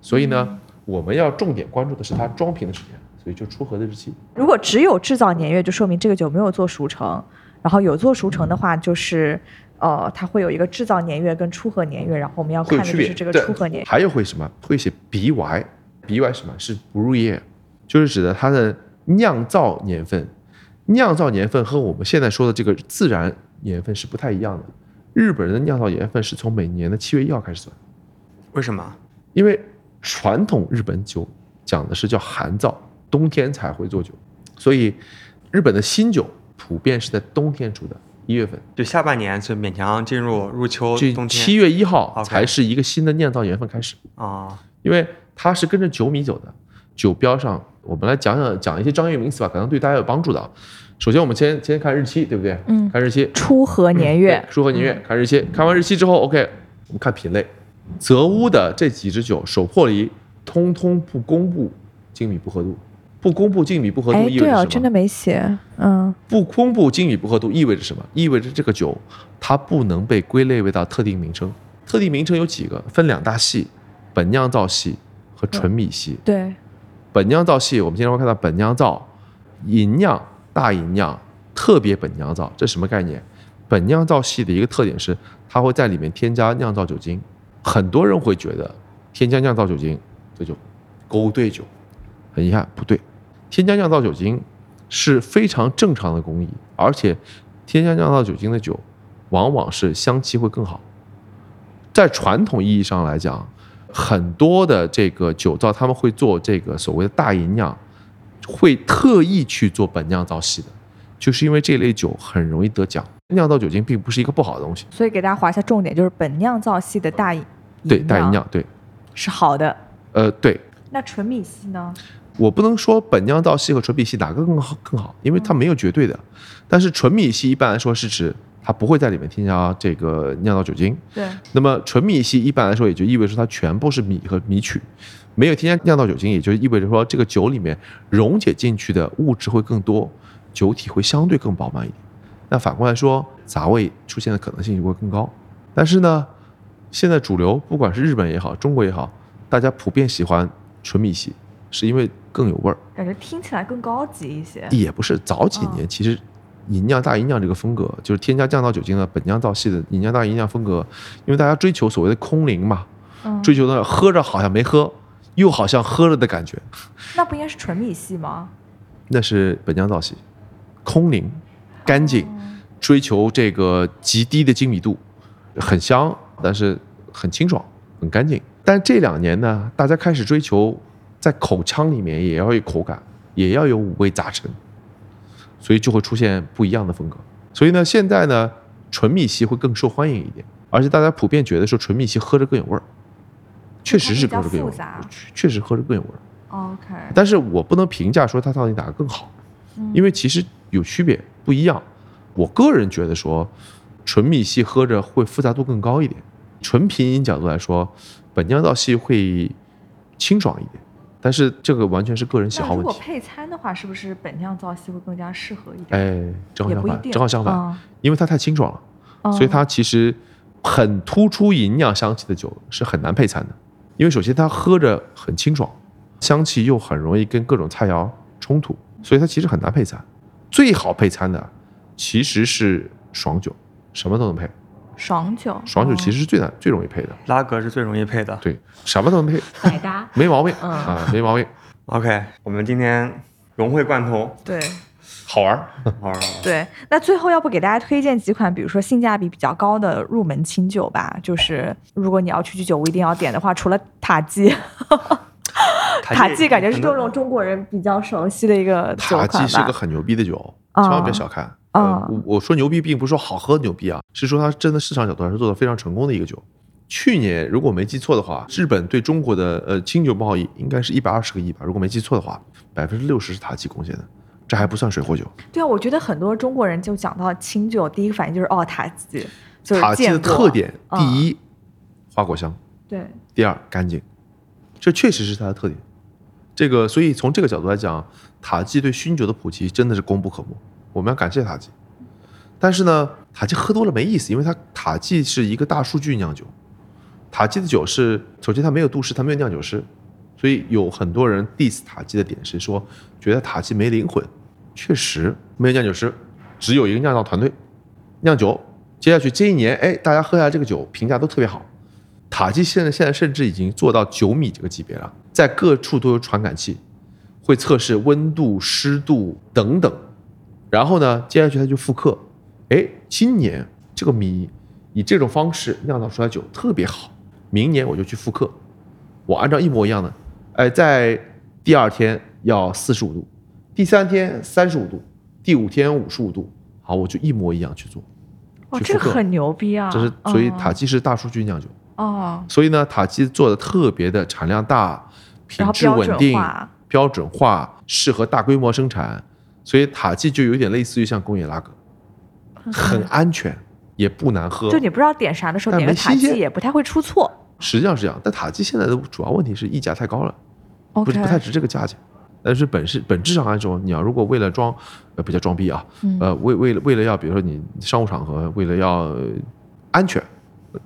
Speaker 4: 所以
Speaker 3: 嗯
Speaker 4: 呢，我们要重点关注的是它装瓶的时间，所以就出盒的日期。
Speaker 3: 如果只有制造年月，就说明这个酒没有做熟成；然后有做熟成的话，就是呃，它会有一个制造年月跟出荷年月，然后我们要
Speaker 4: 会
Speaker 3: 看
Speaker 4: 有
Speaker 3: 的就
Speaker 4: 区别。
Speaker 3: 是这个
Speaker 4: 对
Speaker 3: 出荷年月。
Speaker 4: 还有会什么？会写 BY，BY 什么是不入夜，就是指的它的酿造年份。酿造年份和我们现在说的这个自然年份是不太一样的。日本人的酿造年份是从每年的七月一号开始算，
Speaker 2: 为什么？
Speaker 4: 因为传统日本酒讲的是叫寒造，冬天才会做酒，所以日本的新酒普遍是在冬天出的，一月份。
Speaker 2: 就下半年就勉强进入入秋
Speaker 4: 这
Speaker 2: 哦冬天
Speaker 4: 七月一号
Speaker 2: OK
Speaker 4: 才是一个新的酿造年份开始。
Speaker 2: 啊，
Speaker 4: 因为它是跟着酒米走的。酒标上，我们来讲讲讲一些专业名词吧，可能对大家有帮助的啊。首先，我们先先看日期，对不对？
Speaker 3: 嗯
Speaker 4: 看日期，
Speaker 3: 出荷年月，
Speaker 4: 对舒和年
Speaker 3: 嗯
Speaker 4: 月，看日期，看完日期之后，OK，我们看品类。泽屋的这几支酒，手破离通通不公布精米不合度，不公布精米不合度
Speaker 3: 哎，
Speaker 4: 意味
Speaker 3: 对哦，
Speaker 4: 着什
Speaker 3: 真
Speaker 4: 么
Speaker 3: 的？没写，嗯，
Speaker 4: 不公布精米不合度意味着什么？意味着这个酒它不能被归类为到特定名称。特定名称有几个？分两大系：本酿造系和纯米系。
Speaker 3: 对，
Speaker 4: 本酿造系，我们经常会看到本酿造、银酿、大银酿、特别本酿造，这什么概念？本酿造系的一个特点是，它会在里面添加酿造酒精。很多人会觉得添加酿造酒精这就勾兑酒，很遗憾不对，添加酿造酒精是非常正常的工艺，而且添加酿造酒精的酒往往是香气会更好。在传统意义上来讲，很多的这个酒造他们会做这个所谓的大吟酿，会特意去做本酿造系的，就是因为这类酒很容易得奖。酿造酒精并不是一个不好的东西，
Speaker 3: 所以给大家划一下重点，就是本酿造系的大吟
Speaker 4: 对大吟酿，对，
Speaker 3: 是好的。
Speaker 4: 呃，对
Speaker 3: 那纯米系呢？
Speaker 4: 我不能说本酿造系和纯米系哪个更好更好，因为它没有绝对的。但是纯米系一般来说是指它不会在里面添加这个酿造酒精，
Speaker 3: 对，
Speaker 4: 那么纯米系一般来说也就意味着它全部是米和米曲，没有添加酿造酒精，也就意味着说这个酒里面溶解进去的物质会更多，酒体会相对更饱满一点。那反过来说，杂味出现的可能性就会更高。但是呢，现在主流不管是日本也好，中国也好，大家普遍喜欢纯米系，是因为更有味儿。
Speaker 3: 感觉听起来更高级一些。
Speaker 4: 也不是早几年，其实吟酿大吟酿这个风格，就是添加酿造酒精的本酿造系的吟酿大吟酿风格，因为大家追求所谓的空灵嘛，
Speaker 3: 嗯
Speaker 4: 追求的喝着好像没喝，又好像喝了的感觉，
Speaker 3: 那不应该是纯米系吗？
Speaker 4: 那是本酿造系，空灵，干净，
Speaker 3: 嗯
Speaker 4: 追求这个极低的精米度，很香，但是很清爽，很干净。但这两年呢，大家开始追求在口腔里面也要有口感，也要有五味杂陈，所以就会出现不一样的风格。所以呢，现在呢，纯米系会更受欢迎一点，而且大家普遍觉得说纯米系喝着更有味儿，确实是喝着更有味
Speaker 3: 它比较
Speaker 4: 儿
Speaker 3: 复杂，
Speaker 4: 确确实喝着更有味儿。
Speaker 3: OK，嗯
Speaker 4: 但是我不能评价说它到底哪个更好，因为其实有区别，不一样。我个人觉得说，纯米系喝着会复杂度更高一点，纯品饮角度来说，本酿造系会清爽一点。但是这个完全是个人喜好
Speaker 3: 那如
Speaker 4: 问
Speaker 3: 果
Speaker 4: 题。
Speaker 3: 配餐的话，是不是本酿造系会更加适合一点？
Speaker 4: 哎，正好
Speaker 3: 也
Speaker 4: 相
Speaker 3: 不一
Speaker 4: 反，
Speaker 3: 定，
Speaker 4: 正好相反，
Speaker 3: 嗯
Speaker 4: 因为它太清爽了，
Speaker 3: 嗯
Speaker 4: 所以它其实很突出营养香气的酒是很难配餐的，因为首先它喝着很清爽，香气又很容易跟各种菜肴冲突，所以它其实很难配餐。最好配餐的其实是爽酒，什么都能配，
Speaker 3: 爽酒，嗯
Speaker 4: 爽酒其
Speaker 3: 实
Speaker 4: 实是最难、最容易配的，
Speaker 2: 拉格是最容易配的。
Speaker 4: 对，什么都能配，，
Speaker 3: 百搭
Speaker 4: 没毛病、
Speaker 3: 嗯
Speaker 4: 啊，没毛病，
Speaker 2: OK，我们今天融会贯通，
Speaker 3: 对
Speaker 4: 好玩儿。
Speaker 2: 好 玩儿。
Speaker 3: 对。那最后要不给大家推荐几款，比如说性价比比较高的入门清酒吧？就是如果你要去居酒屋一定要点的话，除了塔
Speaker 4: 啊
Speaker 3: 基，塔基感觉是
Speaker 2: 可能
Speaker 3: 这种中国人比较熟悉的一个酒
Speaker 4: 塔
Speaker 3: 款吧。
Speaker 4: 基是个很牛逼的酒，
Speaker 3: 啊
Speaker 4: 千万别小看。
Speaker 3: 啊
Speaker 4: 呃，我我说牛逼，并不是说好喝牛逼啊，是说它真的市场角度来说做的非常成功的一个酒。去年如果没记错的话，日本对中国的呃清酒贸易应该是一百二十个亿吧，如果没记错的话，百分之六十是塔基贡献的，这还不算水货酒。
Speaker 3: 对啊，我觉得很多中国人就讲到清酒，第一个反应就是哦塔基，就是
Speaker 4: 塔基的
Speaker 3: 见过
Speaker 4: 特点，
Speaker 3: 嗯
Speaker 4: 第一，花果香；
Speaker 3: 对，
Speaker 4: 第二，干净，这确实是它的特点。这个，所以从这个角度来讲，塔基对熏酒的普及真的是功不可没，我们要感谢塔基。但是呢，塔基喝多了没意思，因为它塔基是一个大数据酿酒，塔基的酒是首先它没有度师，它没有酿酒师，所以有很多人 diss 塔基的点是说觉得塔基没灵魂，确实没有酿酒师，只有一个酿造团队酿酒。接下去这一年，哎，大家喝下这个酒评价都特别好，塔基现在现在甚至已经做到九米这个级别了，在各处都有传感器，会测试温度、湿度等等。然后呢，接下去它就复刻。哎，今年这个米以这种方式酿造出来酒特别好，明年我就去复刻，我按照一模一样的，哎，在第二天要四十五度，第三天三十五度，第五天五十五度，好，我就一模一样去做。
Speaker 3: 哇，
Speaker 4: 去
Speaker 3: 这个
Speaker 4: 复刻
Speaker 3: 很牛逼啊！
Speaker 4: 这是所以
Speaker 3: 嗯
Speaker 4: 塔基是大数据酿酒。
Speaker 3: 哦，
Speaker 4: 所以呢，塔基做的特别的产量大，品
Speaker 3: 然后
Speaker 4: 质
Speaker 3: 标
Speaker 4: 稳
Speaker 3: 准
Speaker 4: 定，
Speaker 3: 化，
Speaker 4: 标准化，适合大规模生产。所以塔基就有点类似于像工业拉格，很安全，也不难喝
Speaker 3: 嗯就。你不知道点啥的时候，
Speaker 4: 但
Speaker 3: 点个
Speaker 4: 没
Speaker 3: 塔
Speaker 4: 新
Speaker 3: 基
Speaker 4: 鲜
Speaker 3: 也不太会出错。
Speaker 4: 实际上是这样，但塔基现在的主要问题是溢价太高了，不
Speaker 3: OK，
Speaker 4: 是不太值这个价钱。但是本是本质上来说，你要如果为了装，呃，比较装逼啊，
Speaker 3: 嗯
Speaker 4: 呃，为为了为了要，比如说你商务场合，为了要呃安全，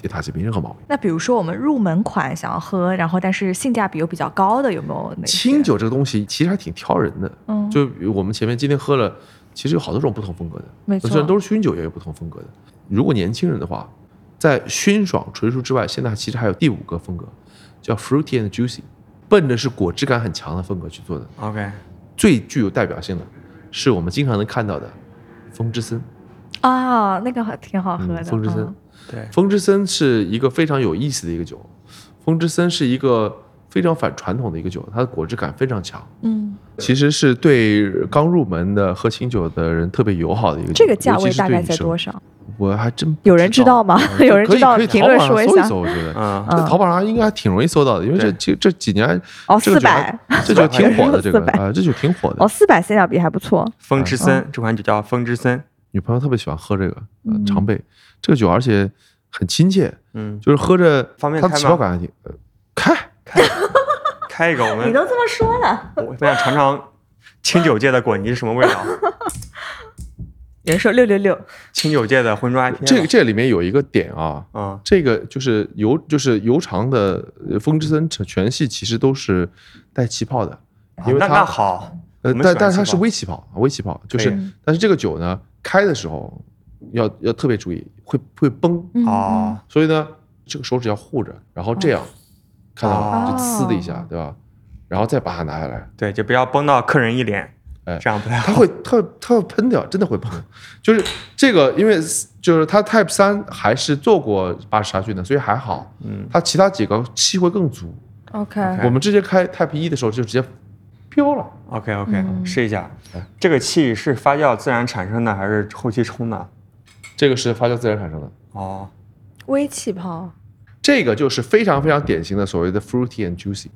Speaker 4: 点塔基没任何毛病。
Speaker 3: 那比如说我们入门款想要喝，然后但是性价比又比较高的，有没有那些
Speaker 4: 清？酒这个东西其实还挺挑人的，
Speaker 3: 嗯
Speaker 4: 就比如我们前面今天喝了，其实有好多种不同风格的，
Speaker 3: 没
Speaker 4: 虽然
Speaker 3: 错
Speaker 4: 都是熏酒，也有不同风格的。如果年轻人的话，在熏爽纯熟之外，现在其实还有第五个风格，叫 fruity and juicy，奔着是果汁感很强的风格去做的。
Speaker 2: OK，
Speaker 4: 最具有代表性的是我们经常能看到的风之森，
Speaker 3: 啊，那个好挺好喝
Speaker 4: 嗯
Speaker 3: 的。，
Speaker 4: 风之森。
Speaker 3: 嗯
Speaker 2: 对，
Speaker 4: 风之森是一个非常有意思的一个酒，风之森是一个非常反传统的一个酒，它的果汁感非常强。
Speaker 3: 嗯，
Speaker 4: 其实是对刚入门的喝清酒的人特别友好的一个酒，
Speaker 3: 这个价
Speaker 4: 尤
Speaker 3: 位
Speaker 4: 其是
Speaker 3: 大
Speaker 4: 对
Speaker 3: 概
Speaker 4: 女
Speaker 3: 在
Speaker 4: 生
Speaker 3: 多？少？
Speaker 4: 我还真不
Speaker 3: 有人知道吗？ 有人
Speaker 4: 可
Speaker 3: 知
Speaker 4: 以
Speaker 3: 道
Speaker 4: 可以
Speaker 3: 评
Speaker 4: 淘
Speaker 3: 论
Speaker 4: 宝上
Speaker 3: 说一
Speaker 4: 搜
Speaker 3: 下。
Speaker 4: 搜，我觉得。
Speaker 2: 嗯，
Speaker 4: 在淘宝上应该还挺容易搜到的，因为这这这几年
Speaker 3: 哦，
Speaker 4: 这
Speaker 3: 四
Speaker 4: 个酒还
Speaker 3: 百，
Speaker 4: 这酒挺 火的，这个
Speaker 3: 400
Speaker 4: 啊这酒挺火
Speaker 3: 哦，
Speaker 4: 的，
Speaker 3: 四百性价比还不错。
Speaker 2: 风之森、
Speaker 4: 嗯
Speaker 2: 这款酒叫风之森，嗯
Speaker 4: 女朋友特别喜欢喝这个，呃
Speaker 3: 嗯
Speaker 4: 常备这个酒，而且很亲切，
Speaker 2: 嗯，
Speaker 4: 就是喝着
Speaker 2: 方便
Speaker 4: 它
Speaker 2: 开
Speaker 4: 的
Speaker 2: 吗
Speaker 4: 起泡感还挺呃开，
Speaker 2: 开开一个，我
Speaker 3: 你
Speaker 2: 们
Speaker 3: 都这么说了，
Speaker 2: 我们想尝尝清酒界的果泥是什么味 道，
Speaker 3: 有人说六六六，
Speaker 2: 清酒界的浑浊 IPA。
Speaker 4: 这个这里面有一个点啊，
Speaker 2: 嗯，
Speaker 4: 这个就是油，就是油长的呃风之森全系其实都是带气泡的，因为
Speaker 2: 那
Speaker 4: 它
Speaker 2: 那好，
Speaker 4: 呃
Speaker 2: 我，们喜
Speaker 4: 但
Speaker 2: 欢
Speaker 4: 但是它
Speaker 2: 气
Speaker 4: 是
Speaker 2: 泡
Speaker 4: 微起泡，微起泡就是
Speaker 2: 对，
Speaker 4: 但是这个酒呢，开的时候要要特别注意，会会崩，
Speaker 3: 嗯
Speaker 2: 哦，
Speaker 4: 所以呢，这个手指要护着，然后这样，看到吗？
Speaker 2: 哦
Speaker 4: 就呲的一下，对吧？然后再把它拿下来，
Speaker 2: 对，就不要崩到客人一脸，
Speaker 4: 哎
Speaker 2: 这样不太
Speaker 4: 它
Speaker 2: 好。
Speaker 4: 会它会它会喷掉，真的会喷。就是这个，因为就是它 Type 三还是做过巴氏杀菌的，所以还好。
Speaker 2: 嗯，
Speaker 4: 它其他几个气会更足。
Speaker 3: 嗯 OK，
Speaker 2: 哎
Speaker 4: 我们直接开 Type 一的时候就直接飘了，
Speaker 2: OK OK，、
Speaker 3: 嗯
Speaker 2: 试一下
Speaker 4: 哎，
Speaker 2: 这个气是发酵自然产生的还是后期冲的？
Speaker 4: 这个是发酵自然产生的。
Speaker 2: 哦，
Speaker 1: 微气泡，
Speaker 4: 这个就是非常非常典型的所谓的 fruity and juicy，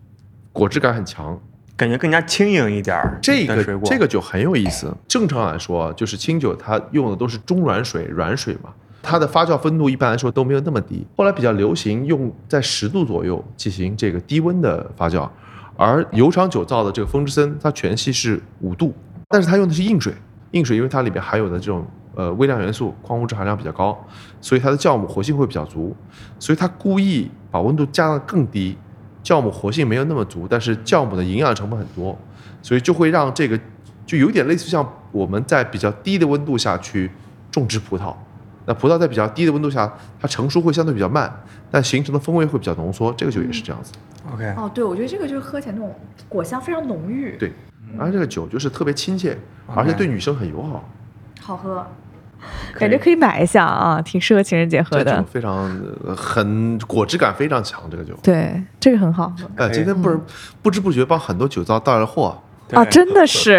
Speaker 4: 果汁感很强。
Speaker 2: 感觉更加轻盈一点儿。
Speaker 4: 这个
Speaker 2: 的水果，
Speaker 4: 这个酒很有意思。正常来说，啊就是清酒它用的都是中软水、软水嘛，它的发酵温度一般来说都没有那么低。后来比较流行用在十度左右进行这个低温的发酵，而油厂酒造的这个风之森，它全系是五度，但是它用的是硬水。硬水因为它里面含有的这种呃微量元素、矿物质含量比较高，所以它的酵母活性会比较足，所以它故意把温度降得更低，酵母活性没有那么足，但是酵母的营养成分很多，所以就会让这个就有点类似像我们在比较低的温度下去种植葡萄。那葡萄在比较低的温度下，它成熟会相对比较慢，但形成的风味会比较浓缩。这个酒也是这样子。
Speaker 2: OK，
Speaker 3: 哦，对，我觉得这个就是喝起来那种果香非常浓郁，
Speaker 4: 对而这个酒就是特别亲切，
Speaker 2: OK
Speaker 4: 而且对女生很友好。
Speaker 3: 好喝，
Speaker 2: 可以
Speaker 3: 感觉可以买一下啊，挺适合情人节喝
Speaker 4: 这酒
Speaker 3: 的。
Speaker 4: 非常呃很果汁感非常强，这个酒。
Speaker 3: 对，这个很好喝
Speaker 4: 呃，
Speaker 2: 可以
Speaker 4: 今天不是不知不觉帮很多酒造带了货，
Speaker 3: 啊，
Speaker 2: 对
Speaker 3: 真的是。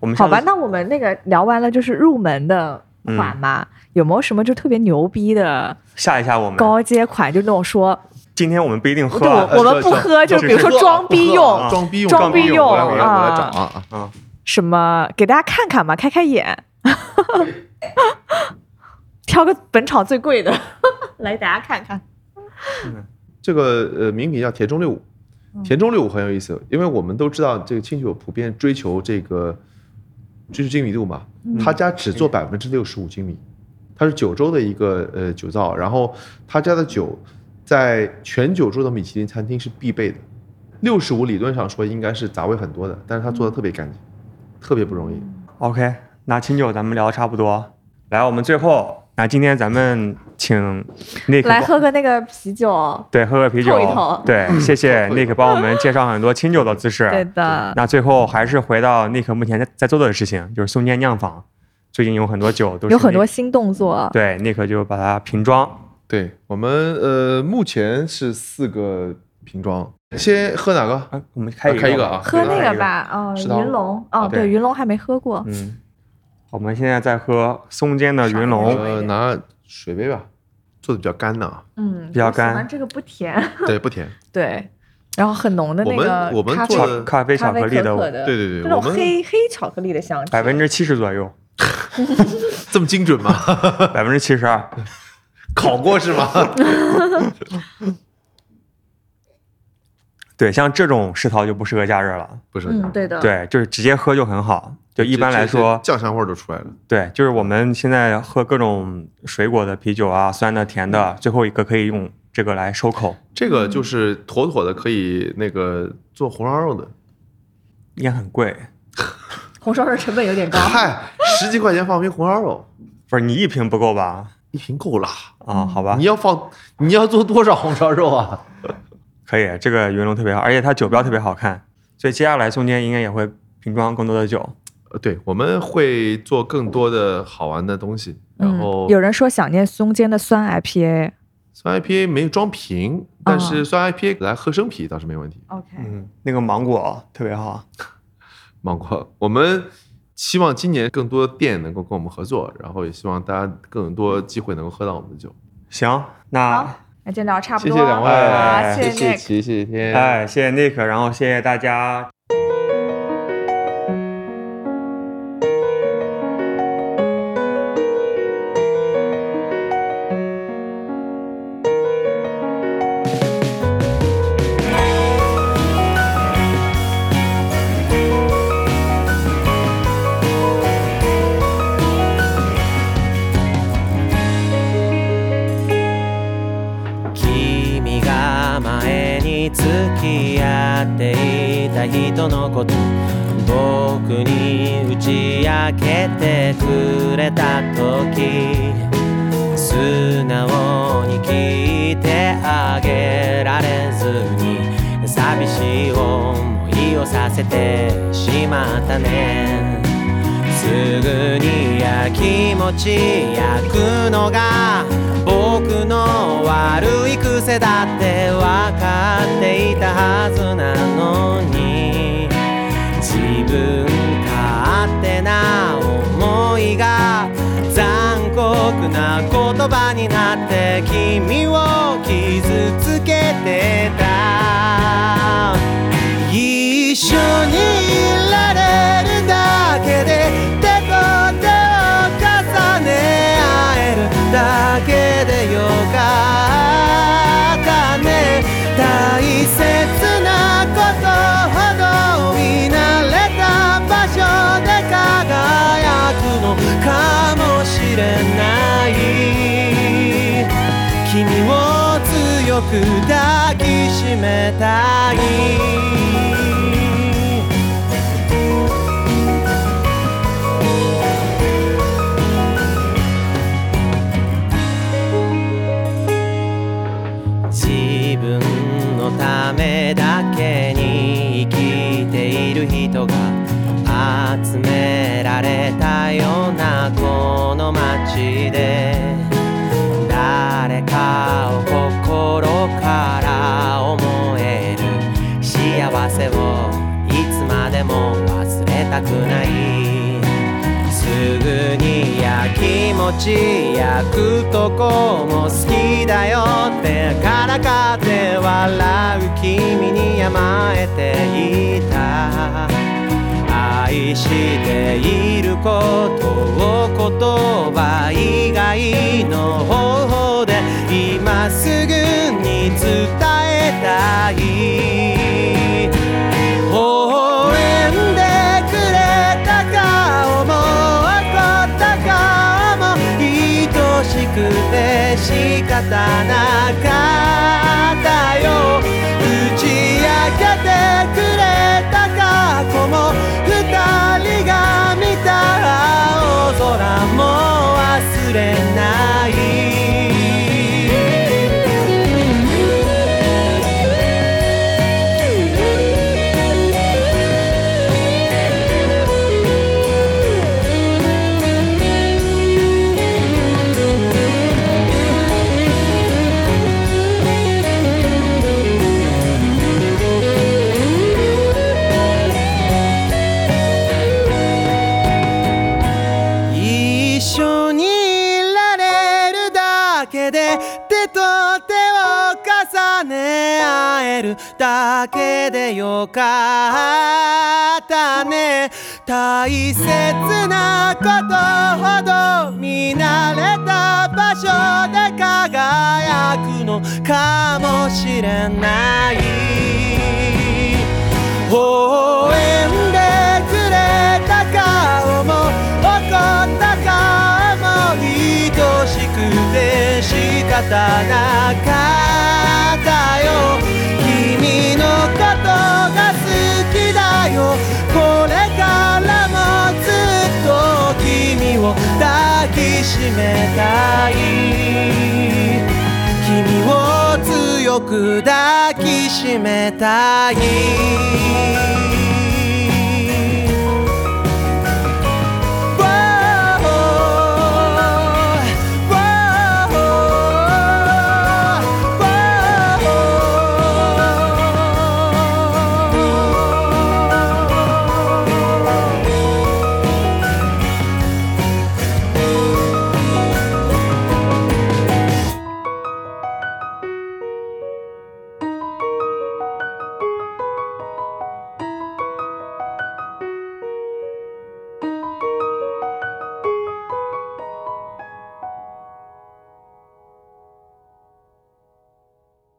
Speaker 2: 我们
Speaker 3: 好
Speaker 2: 上次
Speaker 3: 吧，那我们那个聊完了就是入门的款嘛，有没有什么就特别牛逼的
Speaker 2: 吓一吓我们。
Speaker 3: 高阶款？就那种说，
Speaker 2: 今天我们不一定喝
Speaker 3: 对，
Speaker 2: 啊，
Speaker 3: 我我们不
Speaker 4: 是
Speaker 3: 喝，就
Speaker 2: 就是
Speaker 3: 比如说
Speaker 4: 不喝啊
Speaker 3: 装逼
Speaker 4: 不喝啊
Speaker 3: 用
Speaker 4: 装逼用，
Speaker 3: 装逼用
Speaker 4: 我来我来我来
Speaker 3: 啊
Speaker 4: 找啊啊！
Speaker 3: 什么，给大家看看嘛，开开眼， 挑个本场最贵的 来大家看看。
Speaker 4: 这个呃名品叫田中六五，
Speaker 3: 嗯
Speaker 4: 田中六五很有意思，因为我们都知道这个清酒普遍追求这个追求精米度嘛，
Speaker 3: 嗯
Speaker 4: 他家只做百分之六十五精米，它是九州的一个呃酒造，然后他家的酒在全九州的米其林餐厅是必备的，六十五理论上说应该是杂味很多的，但是他
Speaker 3: 嗯
Speaker 4: 做的特别干净，特别不容易。
Speaker 2: OK，那清酒咱们聊的差不多，来，我们最后，那今天咱们请 Nick
Speaker 3: 来
Speaker 2: 帮
Speaker 3: 喝个那个啤酒，
Speaker 2: 对，喝个啤酒，
Speaker 3: 透一透
Speaker 2: 对， 谢谢
Speaker 4: 透一透
Speaker 2: Nick 帮我们介绍很多清酒的姿势。
Speaker 3: 对的，
Speaker 2: 那最后还是回到 Nick 目前在在做的事情，就是松间酿坊，最近有很多酒都是
Speaker 3: 有很多
Speaker 2: Nick-
Speaker 3: 新动作。
Speaker 2: 对 Nick 就把它瓶装，
Speaker 4: 对我们呃目前是四个瓶装，先喝哪个？
Speaker 2: 啊，我们开一个,、
Speaker 4: 开一个啊
Speaker 3: 喝
Speaker 4: 对
Speaker 3: 那个吧，哦，
Speaker 4: 食堂
Speaker 3: 云龙，哦，
Speaker 2: 对
Speaker 3: 对，云龙还没喝过，
Speaker 2: 嗯，我们现在在喝松间的云龙，
Speaker 4: 呃，拿水杯吧，做的比较干呢啊。
Speaker 3: 嗯，
Speaker 2: 比较
Speaker 3: 我喜欢
Speaker 2: 干
Speaker 3: 这个不甜，
Speaker 4: 对，不甜。
Speaker 3: 对，然后很浓的那个
Speaker 4: 我们我们
Speaker 3: 咖啡
Speaker 4: 做
Speaker 2: 巧
Speaker 4: 的
Speaker 2: 咖啡巧
Speaker 3: 咖啡
Speaker 2: 克力
Speaker 3: 可可
Speaker 2: 的
Speaker 3: 的，
Speaker 4: 对对
Speaker 3: 这
Speaker 4: 对，我
Speaker 3: 种
Speaker 4: 们
Speaker 3: 黑黑巧克力的香气，
Speaker 2: 百分之七十左右，
Speaker 4: 这么精准 吗？
Speaker 2: 百分之七十二。
Speaker 4: 考过是吗？
Speaker 2: 对，像这种世涛就不适合加热了，
Speaker 4: 不是，
Speaker 3: 嗯，对的，，
Speaker 2: 对，就是直接喝就很好。就一般来说，
Speaker 4: 酱香味儿都出来了。
Speaker 2: 对，就是我们现在喝各种水果的啤酒啊，酸的、甜的，最后一个可以用这个来收口，
Speaker 4: 这个就是
Speaker 3: 嗯
Speaker 4: 妥妥的可以那个做红烧肉的。
Speaker 2: 也很贵。
Speaker 3: 红烧肉成本有点高，
Speaker 4: 嗨，十几块钱放瓶红烧肉，
Speaker 2: 不是你一瓶不够吧？
Speaker 4: 一瓶够了。
Speaker 2: 啊，好吧
Speaker 4: 你，要放，你要做多少红烧肉 啊？
Speaker 2: 可以。这个云龙特别好，而且它酒标特别好看，所以接下来中间应该也会瓶装更多的酒。
Speaker 4: 呃对，我们会做更多的好玩的东西。 然后
Speaker 3: 嗯，有人说想念松间的酸 IPA，OK，
Speaker 4: 酸 IPA 没装瓶，
Speaker 3: 啊
Speaker 4: 但是酸 IPA 来喝生啤倒是没问题。
Speaker 2: 嗯，那个芒果特别好。
Speaker 4: 芒果，我们希望今年更多店能够跟我们合作，然后也希望大家更多机会能够喝到我们的酒。
Speaker 2: 行，那
Speaker 3: 好那今天聊得差不
Speaker 4: 谢
Speaker 3: 多，
Speaker 4: 谢两位，哎
Speaker 3: 啊谢
Speaker 4: 谢
Speaker 3: Nick。
Speaker 4: 齐，谢谢天，
Speaker 2: 哎，谢谢 Nick，然后谢谢大家。
Speaker 5: 君が前に付き合っていた人のこと僕僕に打ち明けてくれた時素直に聞いてあげられずに寂しい思いをさせてしまったねすぐにやきもち焼くのが僕の悪い癖だって分かっていたはずなのに自分勝手な思いが残酷な言葉になって君を傷つけてた一緒にいられるだけで手と手を重ね合えるだけでよかったね大切なことほど見慣れた場所で輝くのかもしれない君を強く抱きしめたい自分のためだけに生きている人が集められたようなこの街で誰かを心から思える幸せをいつまでも忘れたくないすぐに焼きもち焼くとこも好きだよってからかって笑う君に甘えていた愛していることを言葉以外の方法で今すぐに伝えたい微笑んでくれた顔も怒った顔も愛しくて仕方なかったよ打ち明けてくれた過去も二人が見た青空も忘れない一緒にいられるだけで手と手を重ね合えるだけでよかったね大切なことほど見慣れた場所で輝くのかもしれない応援でくれた顔も怒った顔も愛しくて仕方なかったよ君のことが好きだよこれからもずっと君を抱きしめたい君を強く抱きしめたい